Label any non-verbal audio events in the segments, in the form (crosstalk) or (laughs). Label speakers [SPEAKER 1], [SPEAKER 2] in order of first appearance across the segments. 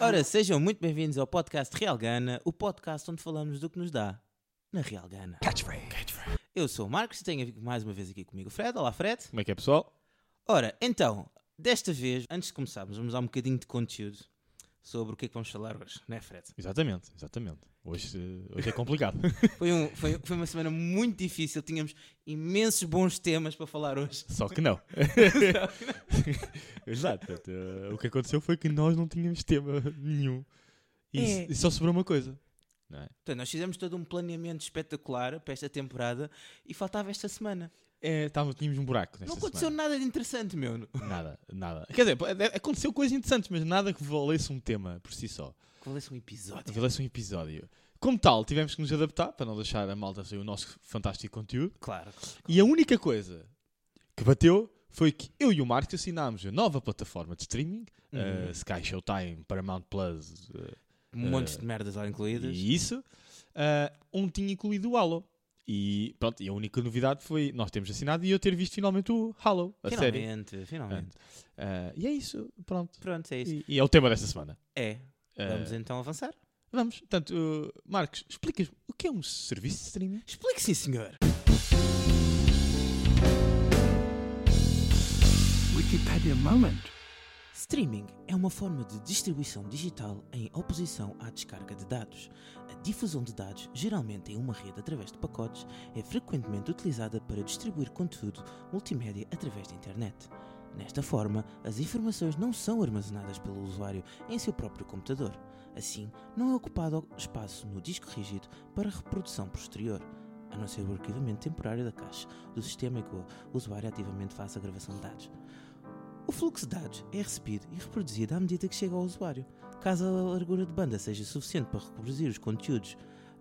[SPEAKER 1] Ora, sejam muito bem-vindos ao podcast Real Gana, o podcast onde falamos do que nos dá na Real Gana. Eu sou o Marcos e tenho mais uma vez aqui comigo o Fred. Olá, Fred.
[SPEAKER 2] Como é que é, pessoal?
[SPEAKER 1] Ora, então, desta vez, antes de começarmos, vamos dar um bocadinho de conteúdo sobre o que é que vamos falar hoje, não é, Fred?
[SPEAKER 2] Exatamente, exatamente. Hoje, eh, hoje é complicado.
[SPEAKER 1] Foi, um- foi- foi uma semana muito difícil, tínhamos imensos bons temas para falar hoje.
[SPEAKER 2] Só que não. Exato. portanto, eh, O que aconteceu foi que nós não tínhamos tema nenhum. E,
[SPEAKER 1] É.
[SPEAKER 2] e só sobrou uma coisa. Não é?
[SPEAKER 1] Portanto, nós fizemos todo um planeamento espetacular para esta temporada e faltava esta semana.
[SPEAKER 2] É, tava- tínhamos um buraco nesta
[SPEAKER 1] não aconteceu
[SPEAKER 2] semana.
[SPEAKER 1] nada de interessante, meu.
[SPEAKER 2] Nada, nada. Quer dizer, pode- aconteceu coisas interessantes, mas nada que valesse um tema por si só.
[SPEAKER 1] Valesse um episódio.
[SPEAKER 2] Valesse um episódio. Como tal, tivemos que nos adaptar para não deixar a malta sair o nosso fantástico conteúdo.
[SPEAKER 1] Claro.
[SPEAKER 2] E a única coisa que bateu foi que eu e o Marcos assinámos a nova plataforma de streaming,
[SPEAKER 1] Uhum.
[SPEAKER 2] eh, Sky Showtime, Paramount Plus eh,
[SPEAKER 1] Montes de merdas lá incluídas.
[SPEAKER 2] e isso, eh, onde tinha incluído o Halo. E pronto, e a única novidade foi nós termos assinado e eu ter visto finalmente o Halo, a série.
[SPEAKER 1] Finalmente, finalmente.
[SPEAKER 2] Eh, e é isso, pronto.
[SPEAKER 1] Pronto, é isso.
[SPEAKER 2] E, e é o tema desta semana.
[SPEAKER 1] É.
[SPEAKER 2] Eh,
[SPEAKER 1] Vamos então avançar.
[SPEAKER 2] vamos, portanto, eh, Marcos, explicas-me o que é um serviço de streaming?
[SPEAKER 1] Explique sim, senhor.
[SPEAKER 3] Wikipedia moment.
[SPEAKER 1] Streaming é uma forma de distribuição digital em oposição à descarga de dados. A difusão de dados, geralmente em uma rede através de pacotes, é frequentemente utilizada para distribuir conteúdo multimédia através da internet. Nesta forma, as informações não são armazenadas pelo usuário em seu próprio computador. Assim, não é ocupado espaço no disco rígido para reprodução posterior, a não ser o arquivamento temporário da caixa do sistema em que o usuário ativamente faz a gravação de dados. O fluxo de dados é recebido e reproduzido à medida que chega ao usuário. Caso a largura de banda seja suficiente para reproduzir os conteúdos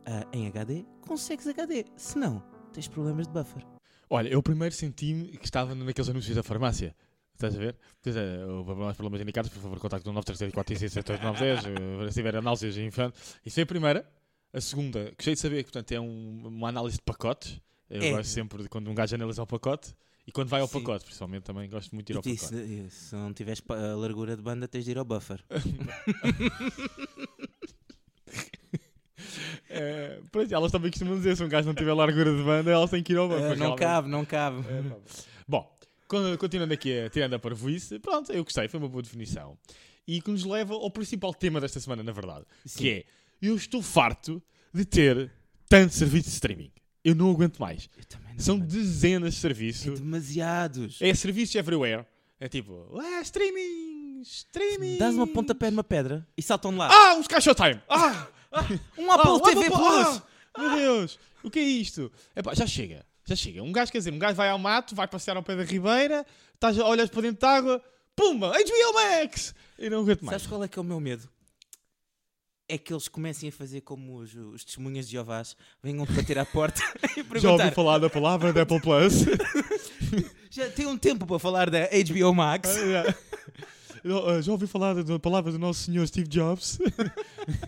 [SPEAKER 1] ah, em HD, consegues HD. Se não, tens problemas de buffer.
[SPEAKER 2] Olha, eu primeiro senti-me que estava naqueles anúncios da farmácia. Estás a ver? Pois é, houve mais problemas indicados, por favor, contacte o 934 eh, se tiver análises de infante. Isso é a primeira. A segunda, gostei de saber que, portanto, é um- uma análise de pacotes. Eu
[SPEAKER 1] É.
[SPEAKER 2] gosto sempre de quando um gajo analisa o pacote e quando vai ao
[SPEAKER 1] Sim.
[SPEAKER 2] pacote, principalmente, também gosto muito de ir ao
[SPEAKER 1] E
[SPEAKER 2] pacote.
[SPEAKER 1] se, se não tiveres pa- a largura de banda, tens de ir ao buffer.
[SPEAKER 2] É, pronto, elas também costumam dizer, se um gajo não tiver largura de banda, elas têm que ir ao banco.
[SPEAKER 1] Ah, não
[SPEAKER 2] realmente.
[SPEAKER 1] cabe, não cabe.
[SPEAKER 2] É, pá. Bom, con- continuando aqui, a- tirando a parvoíce, pronto, eu gostei, foi uma boa definição. E que nos leva ao principal tema desta semana, na verdade,
[SPEAKER 1] Sim.
[SPEAKER 2] que é, eu estou farto de ter tanto serviço de streaming. Eu não aguento mais.
[SPEAKER 1] Eu também não
[SPEAKER 2] São
[SPEAKER 1] aguento.
[SPEAKER 2] dezenas de
[SPEAKER 1] É
[SPEAKER 2] serviços.
[SPEAKER 1] demasiados.
[SPEAKER 2] É serviços everywhere. É tipo, ah, streaming, streaming.
[SPEAKER 1] Dás uma pontapé numa pedra e saltam de lá.
[SPEAKER 2] É Ah, um Sky Showtime. Ah,
[SPEAKER 1] um Apple
[SPEAKER 2] Ah, o
[SPEAKER 1] TV
[SPEAKER 2] Apple-
[SPEAKER 1] Plus!
[SPEAKER 2] Ah, meu Deus, o que é isto? Epá, já chega, já chega. Um gajo, quer dizer, um gajo vai ao mato, vai passear ao pé da ribeira, estás, olhas para dentro de água, pumba, HBO Max! Eu não aguento mais.
[SPEAKER 1] Sabes qual é que é o meu medo? É que eles comecem a fazer como os, os testemunhas de Jeovás venham bater à porta (laughs) e
[SPEAKER 2] Já ouvi
[SPEAKER 1] perguntar.
[SPEAKER 2] falar da palavra da
[SPEAKER 1] (laughs)
[SPEAKER 2] Apple Plus.
[SPEAKER 1] Já tem um tempo para falar da HBO Max.
[SPEAKER 2] É, Eu, ah, Já ouvi falar da palavra do nosso senhor Steve Jobs. (laughs)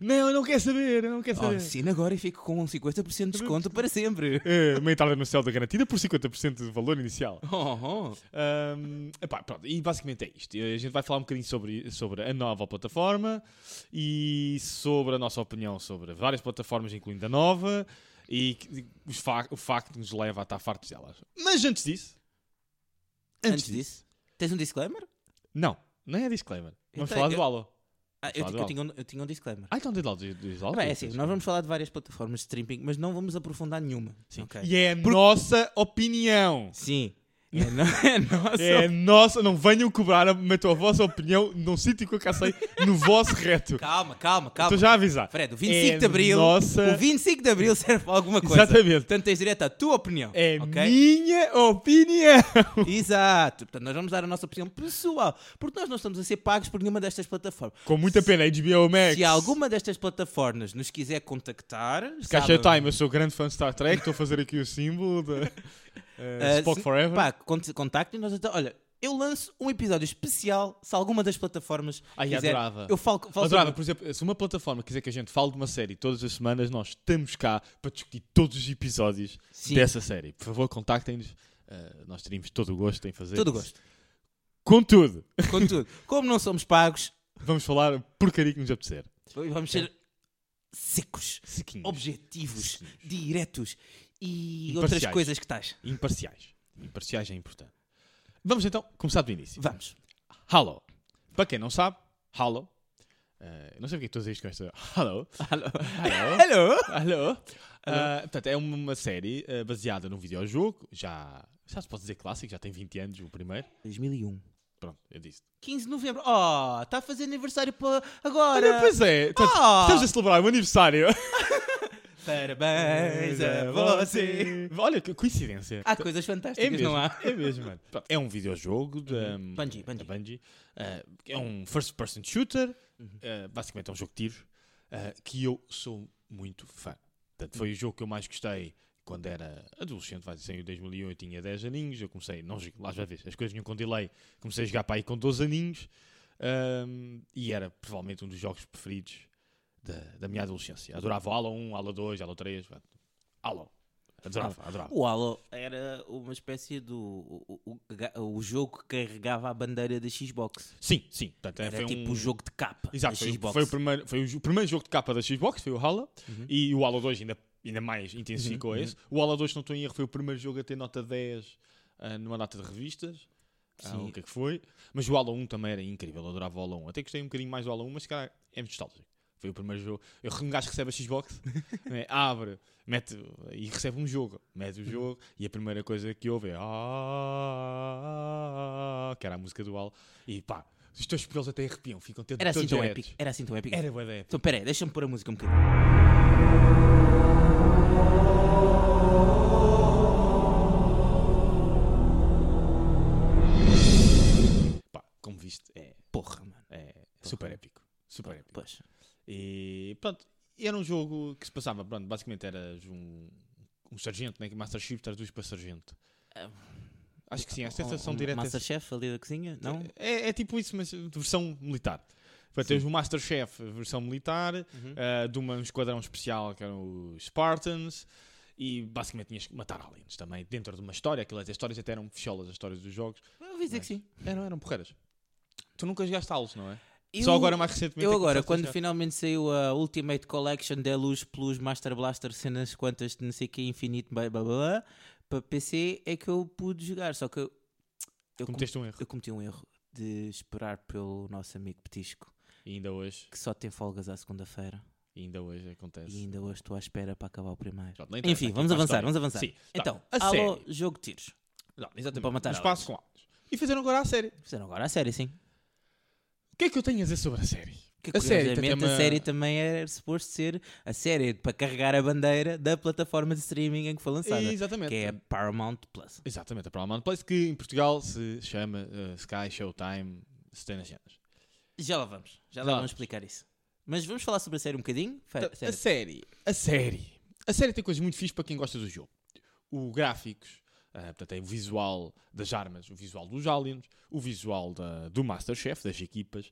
[SPEAKER 2] Não, eu não quero saber, eu não quero
[SPEAKER 1] Oh,
[SPEAKER 2] saber.
[SPEAKER 1] assina agora e fico com um 50% de desconto para
[SPEAKER 2] (laughs)
[SPEAKER 1] sempre.
[SPEAKER 2] É, uma entrada no céu da garantida por 50% do valor inicial.
[SPEAKER 1] Oh, oh.
[SPEAKER 2] Um, epá, pronto, e basicamente é isto. A gente vai falar um bocadinho sobre, sobre a nova plataforma e sobre a nossa opinião sobre várias plataformas, incluindo a nova, e que- os fa- o facto que nos leva a estar fartos delas. Mas antes disso.
[SPEAKER 1] Antes disso, tens um disclaimer?
[SPEAKER 2] Não, não é disclaimer. Vamos
[SPEAKER 1] Então,
[SPEAKER 2] falar
[SPEAKER 1] eu-
[SPEAKER 2] do Halo.
[SPEAKER 1] Ah, eu,
[SPEAKER 2] Fala,
[SPEAKER 1] ti- eu
[SPEAKER 2] João.
[SPEAKER 1] tinha um, eu tinha um disclaimer.
[SPEAKER 2] Ah, então diz lá, diz, diz lá.
[SPEAKER 1] Ah, bem, é assim, nós vamos falar de várias plataformas de streaming, mas não vamos aprofundar nenhuma.
[SPEAKER 2] Sim.
[SPEAKER 1] ok?
[SPEAKER 2] E é a nossa opinião. (laughs)
[SPEAKER 1] Sim. É, no- é nossa.
[SPEAKER 2] É a nossa. Não venham cobrar, a- metam a vossa opinião num sítio que eu cacei no vosso reto.
[SPEAKER 1] Calma, calma, calma.
[SPEAKER 2] Estou Então já a avisar.
[SPEAKER 1] Fred, o 25
[SPEAKER 2] É
[SPEAKER 1] de Abril.
[SPEAKER 2] nossa-
[SPEAKER 1] O 25 de Abril serve para
[SPEAKER 2] (laughs)
[SPEAKER 1] alguma coisa.
[SPEAKER 2] Exatamente.
[SPEAKER 1] Portanto, tens direito à tua opinião.
[SPEAKER 2] É
[SPEAKER 1] ok?
[SPEAKER 2] minha opinião.
[SPEAKER 1] Exato. Portanto, nós vamos dar a nossa opinião pessoal. Porque nós não estamos a ser pagos por nenhuma destas plataformas.
[SPEAKER 2] Com muita pena, HBO Max.
[SPEAKER 1] Se alguma destas plataformas nos quiser contactar.
[SPEAKER 2] Caixa
[SPEAKER 1] sabem-
[SPEAKER 2] Time, eu sou grande fã de
[SPEAKER 1] (laughs)
[SPEAKER 2] Star Trek, estou a fazer aqui o símbolo de eh,
[SPEAKER 1] Ah,
[SPEAKER 2] Spock
[SPEAKER 1] se-
[SPEAKER 2] Forever.
[SPEAKER 1] Pá, cont- contactem-nos. então, Olha, Eu lanço um episódio especial se alguma das plataformas
[SPEAKER 2] Ai,
[SPEAKER 1] quiser.
[SPEAKER 2] adorava.
[SPEAKER 1] Eu falo, falo
[SPEAKER 2] Mas, Brava,
[SPEAKER 1] sobre-
[SPEAKER 2] por exemplo, se uma plataforma quiser que a gente fale de uma série todas as semanas, nós estamos cá para discutir todos os episódios
[SPEAKER 1] Sim,
[SPEAKER 2] dessa série. Por favor, contactem-nos. Uh, nós teríamos todo o gosto em fazer.
[SPEAKER 1] todo o
[SPEAKER 2] isso.
[SPEAKER 1] gosto.
[SPEAKER 2] Contudo,
[SPEAKER 1] Contudo, como não somos pagos,
[SPEAKER 2] vamos falar a porcaria que nos apetecer.
[SPEAKER 1] vamos ser secos,
[SPEAKER 2] Sequinhos.
[SPEAKER 1] objetivos,
[SPEAKER 2] Sequinhos.
[SPEAKER 1] diretos e
[SPEAKER 2] Imparciais.
[SPEAKER 1] outras coisas que estás.
[SPEAKER 2] Imparciais. Imparciais é importante. Vamos então começar do início.
[SPEAKER 1] Vamos.
[SPEAKER 2] Halo. Para quem não sabe, Halo. eh, não sei porque estou a dizer isto com esta. Halo.
[SPEAKER 1] Alô? (laughs)
[SPEAKER 2] Halo.
[SPEAKER 1] Alô?
[SPEAKER 2] Alô? Ah, portanto, é uma série ah, baseada num videojogo, já, já se pode dizer clássico, já tem 20 anos o primeiro.
[SPEAKER 1] 2001.
[SPEAKER 2] Pronto, eu disse.
[SPEAKER 1] 15 de novembro. Oh, está a fazer aniversário para agora.
[SPEAKER 2] Olha, pois é, portanto,
[SPEAKER 1] Ah!
[SPEAKER 2] estamos a celebrar o aniversário.
[SPEAKER 1] Parabéns a
[SPEAKER 2] (laughs)
[SPEAKER 1] é, você.
[SPEAKER 2] Olha, que coincidência.
[SPEAKER 1] Há coisas
[SPEAKER 2] É
[SPEAKER 1] fantásticas,
[SPEAKER 2] mesmo,
[SPEAKER 1] não há? Uhum.
[SPEAKER 2] é mesmo, mano. Pronto, É um videojogo hum, da
[SPEAKER 1] Bungie,
[SPEAKER 2] da
[SPEAKER 1] Bungie.
[SPEAKER 2] Bungie. Ah, é um first person shooter,
[SPEAKER 1] Uhum.
[SPEAKER 2] ah, basicamente é um jogo de tiros, ah, que eu sou muito fã. Portanto, foi o jogo que eu mais gostei quando era adolescente, vai dizer, em 2001 eu tinha 10 aninhos, eu comecei, não joguei, lá já vês, as coisas vinham com delay, comecei a jogar para aí com 12 aninhos, ahm, e era provavelmente um dos jogos preferidos da, da minha adolescência. Adorava o Halo 1, Halo 2, Halo 3, pá, Halo. Adorava, adorava.
[SPEAKER 1] O Halo era uma espécie do. O, o- o ga- o jogo que carregava a bandeira da Xbox.
[SPEAKER 2] Sim, sim. Portanto,
[SPEAKER 1] Era
[SPEAKER 2] foi
[SPEAKER 1] tipo
[SPEAKER 2] um-
[SPEAKER 1] o jogo de capa.
[SPEAKER 2] Exato,
[SPEAKER 1] da
[SPEAKER 2] foi, o-
[SPEAKER 1] Xbox.
[SPEAKER 2] foi o primeiro, foi o, jo- primeiro jogo de capa da Xbox, foi o Halo,
[SPEAKER 1] Uhum.
[SPEAKER 2] e o Halo 2 ainda, ainda mais intensificou
[SPEAKER 1] Uhum, uhum.
[SPEAKER 2] esse. O Halo 2, se não estou em erro, foi o primeiro jogo a ter nota 10 ah, numa data de revistas. Ah,
[SPEAKER 1] Sim.
[SPEAKER 2] o que é que foi? Mas o Halo 1 também era incrível, eu adorava o Halo 1. Até gostei um bocadinho mais do Halo 1, mas cara, é muito nostálgico. Foi o primeiro jogo. Eu, um gajo recebe a Xbox, né, abre, mete e recebe um jogo. Mete o
[SPEAKER 1] Uhum.
[SPEAKER 2] jogo e a primeira coisa que ouve é. "Ah", Que era a música do Halo. E pá, os teus pelos até arrepiam, ficam todos
[SPEAKER 1] Era assim
[SPEAKER 2] todos
[SPEAKER 1] tão
[SPEAKER 2] eretos.
[SPEAKER 1] épico. Era assim tão épico.
[SPEAKER 2] Era bué da épico.
[SPEAKER 1] Então, peraí, deixa-me pôr a música um bocadinho.
[SPEAKER 2] Pá, como viste, é,
[SPEAKER 1] Porra, mano.
[SPEAKER 2] é super épico. Super épico.
[SPEAKER 1] Pois.
[SPEAKER 2] E pronto, era um jogo que se passava, pronto, basicamente eras um, um sargento, né? que Master Chief traduz para sargento.
[SPEAKER 1] Ah.
[SPEAKER 2] Acho que sim, a sensação
[SPEAKER 1] Um- um
[SPEAKER 2] direta. é-
[SPEAKER 1] Masterchef ali da cozinha? Não?
[SPEAKER 2] É, é tipo isso, mas de versão militar. Portanto, tens o Masterchef, versão militar,
[SPEAKER 1] Uhum.
[SPEAKER 2] ah, de uma- um esquadrão especial que eram os Spartans, e basicamente tinhas que matar aliens também, dentro de uma história. Aquilo, é, as histórias até eram fecholas, as histórias dos jogos.
[SPEAKER 1] Eu ouvi dizer que sim.
[SPEAKER 2] Eram, eram porreiras. Tu nunca jogaste los não é?
[SPEAKER 1] Eu-
[SPEAKER 2] Só agora mais recentemente.
[SPEAKER 1] Eu
[SPEAKER 2] é que
[SPEAKER 1] agora,
[SPEAKER 2] começaste a
[SPEAKER 1] quando
[SPEAKER 2] jogar.
[SPEAKER 1] finalmente saiu a Ultimate Collection da Luz Plus Master Blaster, cenas quantas de não sei que infinito, blá blá blá, para PC é que eu pude jogar, só que eu, eu, com-
[SPEAKER 2] Cometeste um erro.
[SPEAKER 1] eu cometi um erro de esperar pelo nosso amigo Petisco,
[SPEAKER 2] E ainda hoje,
[SPEAKER 1] que só tem folgas à segunda-feira
[SPEAKER 2] e ainda hoje acontece.
[SPEAKER 1] e ainda hoje estou à espera para acabar o primeiro.
[SPEAKER 2] Pronto, não interessa
[SPEAKER 1] Enfim,
[SPEAKER 2] aqui
[SPEAKER 1] vamos
[SPEAKER 2] para a
[SPEAKER 1] avançar,
[SPEAKER 2] história.
[SPEAKER 1] vamos avançar.
[SPEAKER 2] Sim, tá.
[SPEAKER 1] Então,
[SPEAKER 2] a
[SPEAKER 1] alô,
[SPEAKER 2] série.
[SPEAKER 1] jogo de tiros.
[SPEAKER 2] Não, exatamente.
[SPEAKER 1] Para matar
[SPEAKER 2] um espaço com aulas. E fizeram agora a série.
[SPEAKER 1] Fizeram agora a série, sim.
[SPEAKER 2] O que é que eu tenho a dizer sobre a série?
[SPEAKER 1] Que
[SPEAKER 2] A
[SPEAKER 1] curiosamente
[SPEAKER 2] série, portanto, é
[SPEAKER 1] a
[SPEAKER 2] uma-
[SPEAKER 1] série também era suposto ser a série para carregar a bandeira da plataforma de streaming em que foi lançada.
[SPEAKER 2] Exatamente.
[SPEAKER 1] que é a Paramount Plus.
[SPEAKER 2] Exatamente, a Paramount Place, que em Portugal se chama eh, Sky Showtime, se tem nas cenas.
[SPEAKER 1] Já lá vamos, já
[SPEAKER 2] Já
[SPEAKER 1] lá
[SPEAKER 2] vamos.
[SPEAKER 1] vamos explicar isso. Mas vamos falar sobre a série um bocadinho? Fa-
[SPEAKER 2] Portanto,
[SPEAKER 1] série.
[SPEAKER 2] A série. A série. A série tem coisas muito fixas para quem gosta do jogo. O gráficos, ah, portanto, tem o visual das armas, o visual dos aliens, o visual da, do Masterchef, das equipas,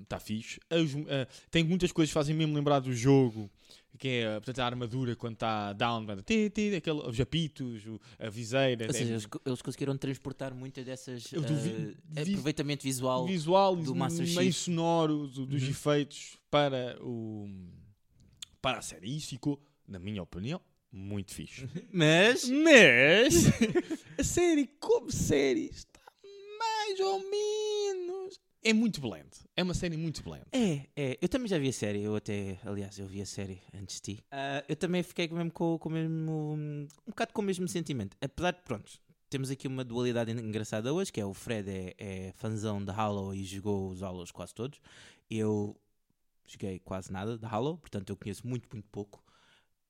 [SPEAKER 2] está fixe. As- ah, tem muitas coisas que fazem mesmo lembrar do jogo, que é ah, portanto, a armadura quando está down, vai, ti, ti, aquele, os apitos, o- a viseira.
[SPEAKER 1] Ou
[SPEAKER 2] é
[SPEAKER 1] seja, eles, co- eles conseguiram transportar muita dessas
[SPEAKER 2] Eu duvi-
[SPEAKER 1] eh,
[SPEAKER 2] vi-
[SPEAKER 1] aproveitamento visual.
[SPEAKER 2] visual
[SPEAKER 1] do
[SPEAKER 2] do
[SPEAKER 1] Master
[SPEAKER 2] meio
[SPEAKER 1] Chief.
[SPEAKER 2] sonoro do- dos
[SPEAKER 1] Uhum.
[SPEAKER 2] efeitos para o para a série. E isso ficou, na minha opinião, muito fixe.
[SPEAKER 1] Mas
[SPEAKER 2] (laughs) Mas a série, como série, está mais ou menos. É muito blend. É uma série muito blend.
[SPEAKER 1] é, é, eu também já vi a série, eu até, aliás, eu vi a série antes de ti. Ah, eu também fiquei com o mesmo com, com o mesmo um bocado com o mesmo sentimento. Apesar de pronto, temos aqui uma dualidade en- engraçada hoje, que é o Fred é, é fanzão de Halo e jogou os Halos quase todos. Eu joguei quase nada de Halo, portanto eu conheço muito, muito pouco.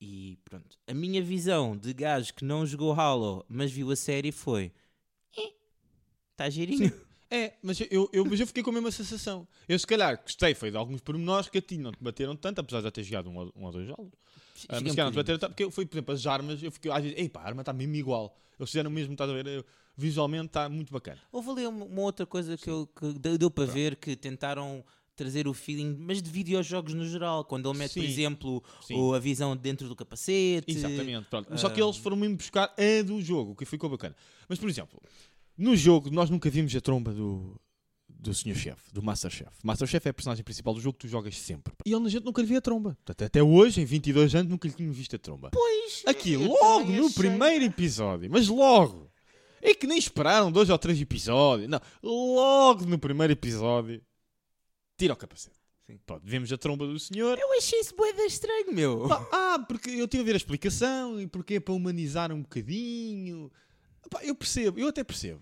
[SPEAKER 1] E pronto. A minha visão de gajo que não jogou Halo, mas viu a série foi. Está girinho.
[SPEAKER 2] É, mas eu, eu, mas eu fiquei com a mesma sensação. Eu, se calhar, gostei. Foi de alguns pormenores que a ti não te bateram tanto, apesar de eu ter jogado um ou, um ou dois jogos.
[SPEAKER 1] (laughs) Cheguei
[SPEAKER 2] Ah, mas
[SPEAKER 1] um
[SPEAKER 2] se calhar não
[SPEAKER 1] bocadinho.
[SPEAKER 2] te bateram tanto, porque eu fui, por exemplo, as armas. Eu fiquei às vezes, ei pá, a arma está mesmo igual. Eles fizeram o mesmo, estás a ver? Eu, visualmente está muito bacana.
[SPEAKER 1] Houve ali uma, uma outra coisa que, eu, que deu, deu
[SPEAKER 2] Tá.
[SPEAKER 1] para ver que tentaram trazer o feeling, mas de videojogos no geral, quando ele mete, por
[SPEAKER 2] Sim.
[SPEAKER 1] exemplo,
[SPEAKER 2] Sim.
[SPEAKER 1] o- a visão dentro do capacete.
[SPEAKER 2] Exatamente, pronto. Só
[SPEAKER 1] ah,
[SPEAKER 2] que eles foram mesmo buscar a do jogo, o que ficou bacana. Mas, por exemplo, no jogo nós nunca vimos a tromba do, do Sr. Chefe, do Master Chef. Master Chef é a personagem principal do jogo que tu jogas sempre. E ele, a gente nunca lhe vê a tromba. Portanto, até hoje, em 22 anos, nunca lhe tinha visto a tromba.
[SPEAKER 1] Pois,
[SPEAKER 2] Aqui,
[SPEAKER 1] eu também
[SPEAKER 2] logo no
[SPEAKER 1] achei.
[SPEAKER 2] primeiro episódio, mas logo. É que nem esperaram dois ou três episódios. Não, logo no primeiro episódio, tira o capacete.
[SPEAKER 1] Sim.
[SPEAKER 2] Pronto, vemos a tromba do senhor.
[SPEAKER 1] Eu achei isso boeda estranho, meu.
[SPEAKER 2] Pá, ah, porque eu tive a ver a explicação e porque é para humanizar um bocadinho. Pá, eu percebo, eu até percebo.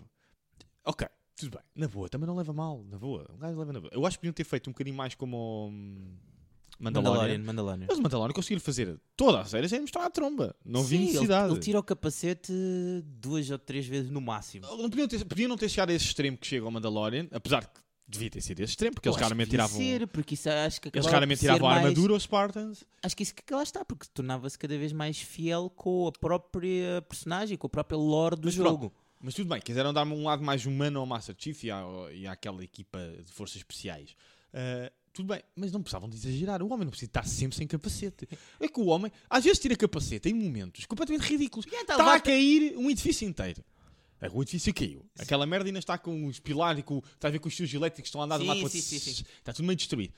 [SPEAKER 2] Ok, tudo bem. Na boa, também não leva mal. Na boa, um gajo leva na boa. Eu acho que podiam ter feito um bocadinho mais como o hum,
[SPEAKER 1] Mandalorian,
[SPEAKER 2] Mandalorian.
[SPEAKER 1] Mandalorian.
[SPEAKER 2] Mas o Mandalorian conseguiram fazer toda a série sem mostrar a tromba. Não
[SPEAKER 1] Sim,
[SPEAKER 2] vi
[SPEAKER 1] ele-
[SPEAKER 2] necessidade.
[SPEAKER 1] Ele, tira o capacete duas ou três vezes no máximo.
[SPEAKER 2] Não podiam, ter, podiam não ter chegado a esse extremo que chega ao Mandalorian, apesar que devia ter sido esse extremo, porque
[SPEAKER 1] Eu
[SPEAKER 2] eles
[SPEAKER 1] acho que
[SPEAKER 2] raramente
[SPEAKER 1] devia
[SPEAKER 2] tiravam.
[SPEAKER 1] ser, porque isso acho que
[SPEAKER 2] Eles
[SPEAKER 1] acabava por
[SPEAKER 2] raramente
[SPEAKER 1] ser
[SPEAKER 2] tiravam a
[SPEAKER 1] mais-
[SPEAKER 2] armadura aos Spartans.
[SPEAKER 1] Acho que isso que lá está, porque tornava-se cada vez mais fiel com a própria personagem, com a própria lore do
[SPEAKER 2] Mas pronto,
[SPEAKER 1] jogo.
[SPEAKER 2] Mas tudo bem, quiseram dar-me um lado mais humano ao Master Chief e, ao, e àquela equipa de forças especiais. Ah, tudo bem, mas não precisavam de exagerar. O homem não precisa estar sempre sem capacete. É que o homem, às vezes, tira capacete em momentos completamente ridículos.
[SPEAKER 1] E então,
[SPEAKER 2] Está a
[SPEAKER 1] vai-
[SPEAKER 2] cair um edifício inteiro. É, O edifício caiu. Aquela merda ainda está com os pilares e com, está a ver com os fios elétricos que estão a andar de um
[SPEAKER 1] Sim,
[SPEAKER 2] lado para o
[SPEAKER 1] sim,
[SPEAKER 2] outro.
[SPEAKER 1] sim, sim.
[SPEAKER 2] Está tudo meio destruído.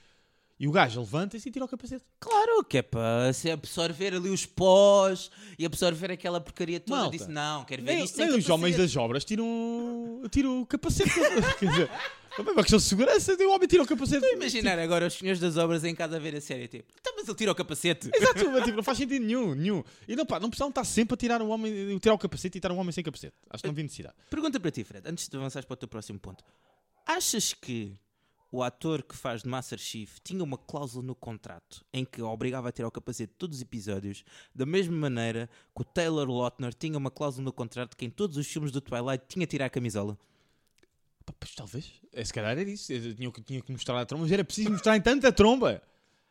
[SPEAKER 2] E o gajo levanta-se e tira o capacete.
[SPEAKER 1] Claro que é para se absorver ali os pós e absorver aquela porcaria toda.
[SPEAKER 2] Malta,
[SPEAKER 1] Disse, não, quero ver
[SPEAKER 2] Nem,
[SPEAKER 1] isto sem
[SPEAKER 2] nem os homens
[SPEAKER 1] capacete."
[SPEAKER 2] das obras tiram, tiram o capacete. (laughs) Quer dizer, também é uma questão de segurança. O homem tira o capacete.
[SPEAKER 1] Estou a imaginar agora os senhores das obras em casa a ver a série, tipo, então, mas ele tira o capacete.
[SPEAKER 2] Exato, mas, tipo, não faz sentido nenhum. nenhum. E não, pá, não precisam estar sempre a tirar, um homem, tirar o capacete e tirar um homem sem capacete. Acho que não vi necessidade.
[SPEAKER 1] Pergunta para ti, Fred, antes de avançares para o teu próximo ponto. Achas que o ator que faz de Master Chief tinha uma cláusula no contrato em que o obrigava a tirar o capacete de todos os episódios, da mesma maneira que o Taylor Lautner tinha uma cláusula no contrato que em todos os filmes do Twilight tinha a tirar a camisola?
[SPEAKER 2] Pá, pois, talvez. É, se calhar era isso. Eu tinha, que- tinha que mostrar a tromba, mas era preciso mostrar em tanta tromba.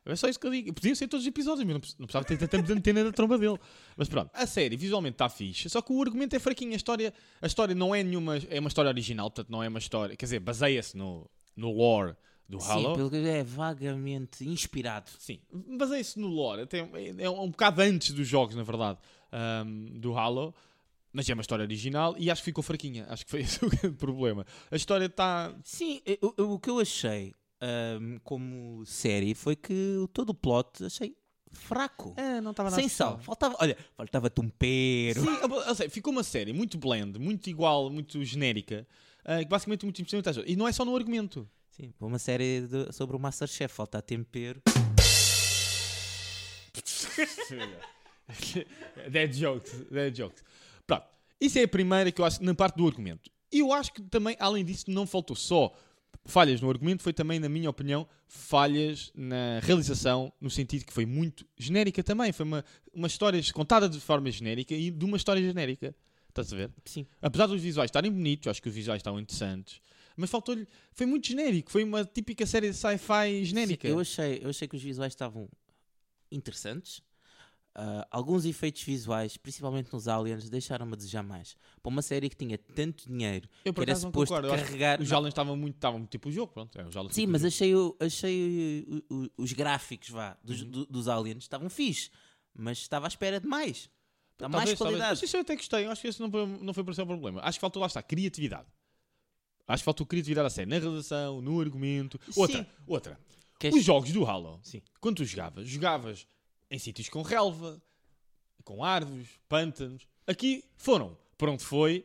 [SPEAKER 2] É só isso que eu digo. Podiam ser todos os episódios, mas não precis- não precisava ter tanta antena da tromba dele. Mas pronto, a série visualmente está fixe, só que o argumento é fraquinho. A história, a história não é nenhuma. É uma história original, portanto, não é uma história. Quer dizer, baseia-se no, no lore do Halo.
[SPEAKER 1] Sim, pelo que é vagamente inspirado.
[SPEAKER 2] Sim, baseia-se no lore. Até é um bocado antes dos jogos, na verdade, ahm, do Halo. Mas é uma história original e acho que ficou fraquinha. Acho que foi esse (laughs) o grande problema. A história está.
[SPEAKER 1] Sim, eu- eu- o que eu achei ahm, como série foi que o- todo o plot achei fraco.
[SPEAKER 2] É, não estava
[SPEAKER 1] Sem sal. Faltava, olha, faltava-te um pero.
[SPEAKER 2] Sim, eu- eu sei, ficou uma série muito blend, muito igual, muito genérica. ah, que basicamente muito impressionante. às vezes. E não é só no argumento.
[SPEAKER 1] Sim, uma série de- sobre o Masterchef, falta tempero.
[SPEAKER 2] (laughs) dead jokes, dead jokes. Pronto, isso é a primeira que eu acho na parte do argumento. E eu acho que também, além disso, não faltou só falhas no argumento, foi também, na minha opinião, falhas na realização, no sentido que foi muito genérica também. Foi uma, uma história contada de forma genérica e de uma história genérica. Estás a ver?
[SPEAKER 1] Sim.
[SPEAKER 2] Apesar dos visuais estarem bonitos, acho que os visuais estavam interessantes, mas faltou-lhe. Foi muito genérico, foi uma típica série de sci-fi genérica.
[SPEAKER 1] Eu achei, eu achei que os visuais estavam interessantes. Ah, alguns efeitos visuais, principalmente nos aliens, deixaram-me a desejar mais. Para uma série que tinha tanto dinheiro,
[SPEAKER 2] Eu, por
[SPEAKER 1] que era
[SPEAKER 2] acaso, não
[SPEAKER 1] suposto
[SPEAKER 2] concordo. Eu acho que
[SPEAKER 1] carregar.
[SPEAKER 2] Os
[SPEAKER 1] Não,
[SPEAKER 2] aliens estavam muito, estavam muito tipo o jogo, pronto. É, os aliens
[SPEAKER 1] Sim,
[SPEAKER 2] tipo o
[SPEAKER 1] mas
[SPEAKER 2] jogo.
[SPEAKER 1] achei, o- achei o- o- os gráficos vá,
[SPEAKER 2] Uhum.
[SPEAKER 1] dos, do- dos aliens estavam fixe, mas estava à espera de mais. Dá
[SPEAKER 2] Tá, Então, Talvez,
[SPEAKER 1] mais
[SPEAKER 2] talvez.
[SPEAKER 1] qualidade.
[SPEAKER 2] Mas isso eu até gostei. Eu acho que esse não foi, não foi para ser um problema. Acho que faltou, lá está, criatividade. Acho que faltou criatividade a sério. Na redação, no argumento. Outra,
[SPEAKER 1] Sim.
[SPEAKER 2] outra.
[SPEAKER 1] Queres-
[SPEAKER 2] Os jogos do Halo.
[SPEAKER 1] Sim.
[SPEAKER 2] Quando tu jogavas, jogavas em sítios com relva, com árvores, pântanos. Aqui foram. Por onde foi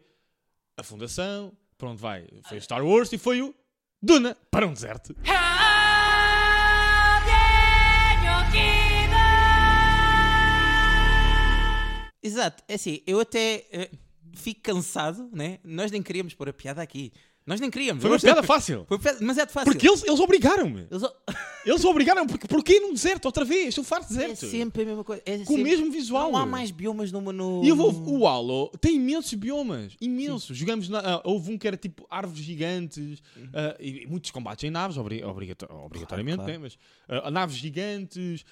[SPEAKER 2] a Fundação, por onde vai foi o Star Wars e foi o Duna para um deserto.
[SPEAKER 4] How dare you give
[SPEAKER 1] Exato, é assim, eu até eh, fico cansado, né? Nós nem queríamos pôr a piada aqui. Nós nem queríamos.
[SPEAKER 2] Foi
[SPEAKER 1] Eu
[SPEAKER 2] uma
[SPEAKER 1] gostei-
[SPEAKER 2] piada fácil.
[SPEAKER 1] Foi uma piada demasiado fácil.
[SPEAKER 2] Porque eles, eles obrigaram-me.
[SPEAKER 1] Eles-
[SPEAKER 2] Eles obrigaram, porque porquê num deserto outra vez? Estou farto de
[SPEAKER 1] É
[SPEAKER 2] deserto.
[SPEAKER 1] sempre a mesma coisa. É
[SPEAKER 2] Com o
[SPEAKER 1] sempre-
[SPEAKER 2] mesmo visual.
[SPEAKER 1] Não há mais biomas no. no...
[SPEAKER 2] E eu vou, o Halo tem imensos biomas, imensos. Jogamos na- ah, houve um que era tipo árvores gigantes,
[SPEAKER 1] Uhum.
[SPEAKER 2] ah, e e muitos combates em naves, obri- obrigato- obrigatoriamente,
[SPEAKER 1] Ah, Claro, claro.
[SPEAKER 2] né? mas ah, naves gigantes,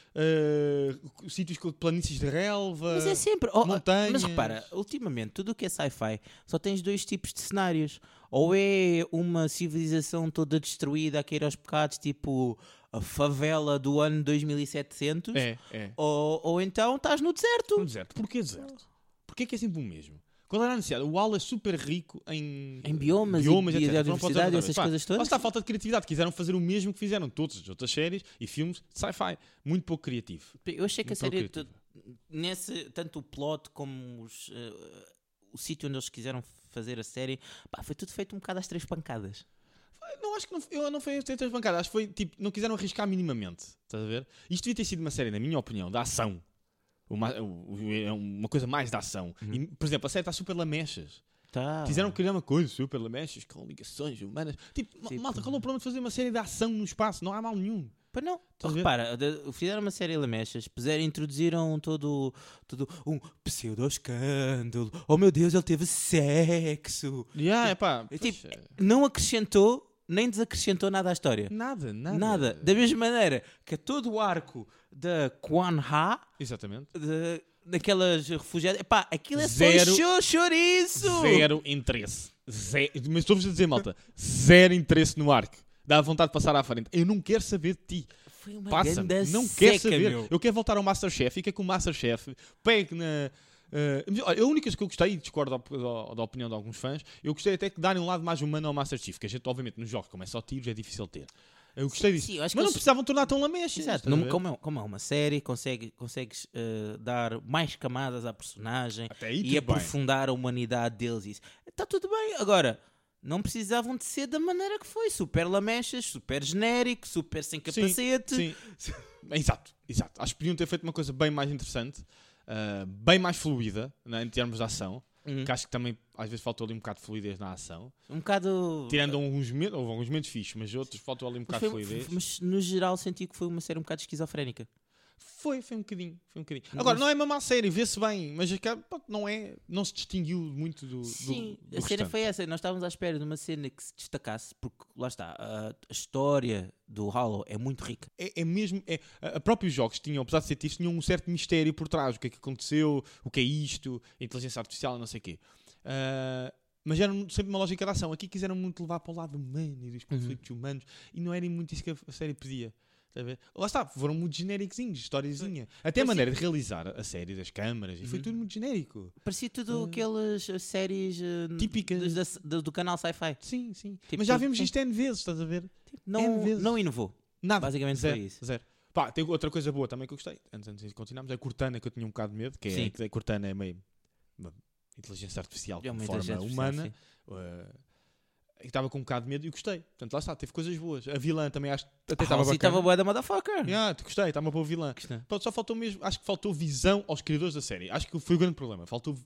[SPEAKER 2] ah, sítios com planícies de relva.
[SPEAKER 1] Mas é sempre. Oh, ah,
[SPEAKER 2] montanhas.
[SPEAKER 1] Mas repara, ultimamente, tudo o que é sci-fi só tens dois tipos de cenários. Ou é uma civilização toda destruída a cair aos pecados, tipo a favela do ano 2700.
[SPEAKER 2] É, é.
[SPEAKER 1] Ou, ou então estás no
[SPEAKER 2] Um
[SPEAKER 1] deserto.
[SPEAKER 2] deserto. Porquê deserto? Porquê que é sempre o mesmo? Quando era anunciado, o Halo é super rico em,
[SPEAKER 1] Em biomas e
[SPEAKER 2] etc. Não pode ser
[SPEAKER 1] biodiversidade e
[SPEAKER 2] outra
[SPEAKER 1] essas
[SPEAKER 2] vez. Pá,
[SPEAKER 1] coisas todas.
[SPEAKER 2] Lá está a falta de criatividade. Quiseram fazer o mesmo que fizeram todas as outras séries e filmes de sci-fi. Muito pouco criativo.
[SPEAKER 1] Eu achei que a
[SPEAKER 2] Muito
[SPEAKER 1] série,
[SPEAKER 2] criativa.
[SPEAKER 1] t- nesse, tanto o plot como os, eh, o sítio onde eles quiseram fazer a série, pá, foi tudo feito um bocado às três pancadas.
[SPEAKER 2] Não, acho que não, eu não foi entre as bancadas. Acho que foi tipo, não quiseram arriscar minimamente. Estás a ver? Isto devia ter sido uma série, na minha opinião, da ação. Uma, o- é uma coisa mais da ação. E, por exemplo, a série está super lamechas.
[SPEAKER 1] Tá.
[SPEAKER 2] Quiseram criar uma coisa super lamechas, com ligações humanas. Tipo, ma-
[SPEAKER 1] Tipo-
[SPEAKER 2] malta, qual é o problema de fazer uma série de ação no espaço? Não há mal nenhum.
[SPEAKER 1] Pois não.
[SPEAKER 2] Estás a ver?
[SPEAKER 1] Então, Repara, de- fizeram uma série de lamechas, puseram, introduziram todo, todo um pseudo-escândalo. Oh meu Deus, ele teve sexo.
[SPEAKER 2] Yeah, epá,
[SPEAKER 1] É
[SPEAKER 2] pois,
[SPEAKER 1] tipo,
[SPEAKER 2] é,
[SPEAKER 1] Não acrescentou, nem desacrescentou nada à história.
[SPEAKER 2] nada, nada.
[SPEAKER 1] Nada. Da mesma maneira que todo o arco da Quan Ha,
[SPEAKER 2] Exatamente.
[SPEAKER 1] de- daquelas refugiadas, pá, aquilo é
[SPEAKER 2] Zero-
[SPEAKER 1] só cho- chouriço.
[SPEAKER 2] Zero interesse. Zero. Mas estou-vos a dizer, malta, zero interesse no arco. Dá vontade de passar à frente. Eu não quero saber de ti.
[SPEAKER 1] Foi uma
[SPEAKER 2] Passa,
[SPEAKER 1] ganda
[SPEAKER 2] não
[SPEAKER 1] seca,
[SPEAKER 2] quer saber.
[SPEAKER 1] meu.
[SPEAKER 2] Eu quero voltar ao Masterchef, fica com o Masterchef, pegue na. eh, mas, olha, a única coisa que eu gostei, e discordo op- da, da opinião de alguns fãs, eu gostei até que darem um lado mais humano ao Master Chief, que a gente, obviamente, nos jogos, como é só tiros, é difícil ter. Eu gostei disso.
[SPEAKER 1] sim, eu
[SPEAKER 2] mas
[SPEAKER 1] acho que
[SPEAKER 2] não
[SPEAKER 1] eles-
[SPEAKER 2] precisavam tornar tão lamecha.
[SPEAKER 1] Exato, não- como, é, como é uma série, consegue, consegues eh, dar mais camadas à personagem
[SPEAKER 2] Até aí
[SPEAKER 1] e
[SPEAKER 2] tudo bem.
[SPEAKER 1] aprofundar a humanidade deles. Isso está tudo bem. Agora, não precisavam de ser da maneira que foi: super lamechas, super genérico, super sem capacete.
[SPEAKER 2] Sim. exato, exato. Acho que podiam ter feito uma coisa bem mais interessante, ah, bem mais fluida, né, em termos de ação.
[SPEAKER 1] Uhum.
[SPEAKER 2] Que acho que também às vezes faltou ali um bocado de fluidez na ação.
[SPEAKER 1] Um bocado.
[SPEAKER 2] Tirando alguns momentos, houve alguns momentos fixos, mas outros faltou ali um
[SPEAKER 1] Mas,
[SPEAKER 2] bocado de
[SPEAKER 1] foi-
[SPEAKER 2] fluidez.
[SPEAKER 1] mas, no geral senti que foi uma série um bocado esquizofrénica.
[SPEAKER 2] Foi, foi um bocadinho, foi um bocadinho. Agora, não é uma má série, vê-se bem, mas é que, pá, não é, não se distinguiu muito do, do-
[SPEAKER 1] Sim,
[SPEAKER 2] do
[SPEAKER 1] a cena
[SPEAKER 2] restante.
[SPEAKER 1] foi essa. Nós estávamos à espera de uma cena que se destacasse, porque lá está, a, a história do Hollow é muito rica.
[SPEAKER 2] É, é mesmo, é, a, a próprios jogos tinham, apesar de ser tifos, tinham um certo mistério por trás, o que é que aconteceu, o que é isto, a inteligência artificial, não sei o quê. Ah, mas era sempre uma lógica de ação. Aqui quiseram muito levar para o lado humano e
[SPEAKER 1] Uhum.
[SPEAKER 2] dos conflitos humanos, e não era muito isso que a a série pedia. Está a ver? Lá está, foram muito genéricozinhos, historiazinha. Até a maneira de realizar a série das câmaras, e foi
[SPEAKER 1] Uhum.
[SPEAKER 2] tudo muito genérico.
[SPEAKER 1] Parecia tudo aquelas eh, séries eh,
[SPEAKER 2] Típicas.
[SPEAKER 1] dos da- do, do canal Sci-Fi.
[SPEAKER 2] Sim, sim.
[SPEAKER 1] Tipo,
[SPEAKER 2] mas já
[SPEAKER 1] tudo-
[SPEAKER 2] vimos
[SPEAKER 1] sim.
[SPEAKER 2] isto N vezes, estás a ver? N
[SPEAKER 1] Não,
[SPEAKER 2] Tipo, vezes.
[SPEAKER 1] não inovou.
[SPEAKER 2] Nada.
[SPEAKER 1] Basicamente
[SPEAKER 2] zero,
[SPEAKER 1] foi isso.
[SPEAKER 2] Zero. Pá, tem outra coisa boa também que eu gostei, antes, antes de continuarmos, é a Cortana, que eu tinha um bocado de medo, que
[SPEAKER 1] Sim.
[SPEAKER 2] é, a Cortana é meio uma inteligência artificial
[SPEAKER 1] É uma
[SPEAKER 2] de forma
[SPEAKER 1] inteligência
[SPEAKER 2] humana,
[SPEAKER 1] artificial,
[SPEAKER 2] eh, e estava com um bocado de medo e gostei. Portanto, lá está, teve coisas boas. A vilã também acho que até
[SPEAKER 1] sim.
[SPEAKER 2] estava
[SPEAKER 1] Ah, sim,
[SPEAKER 2] bacana.
[SPEAKER 1] estava boa da motherfucker.
[SPEAKER 2] Yeah, te gostei, está uma boa vilã.
[SPEAKER 1] Gostei.
[SPEAKER 2] Pronto, só faltou mesmo, acho que faltou visão aos criadores da série. Acho que foi o grande problema. Faltou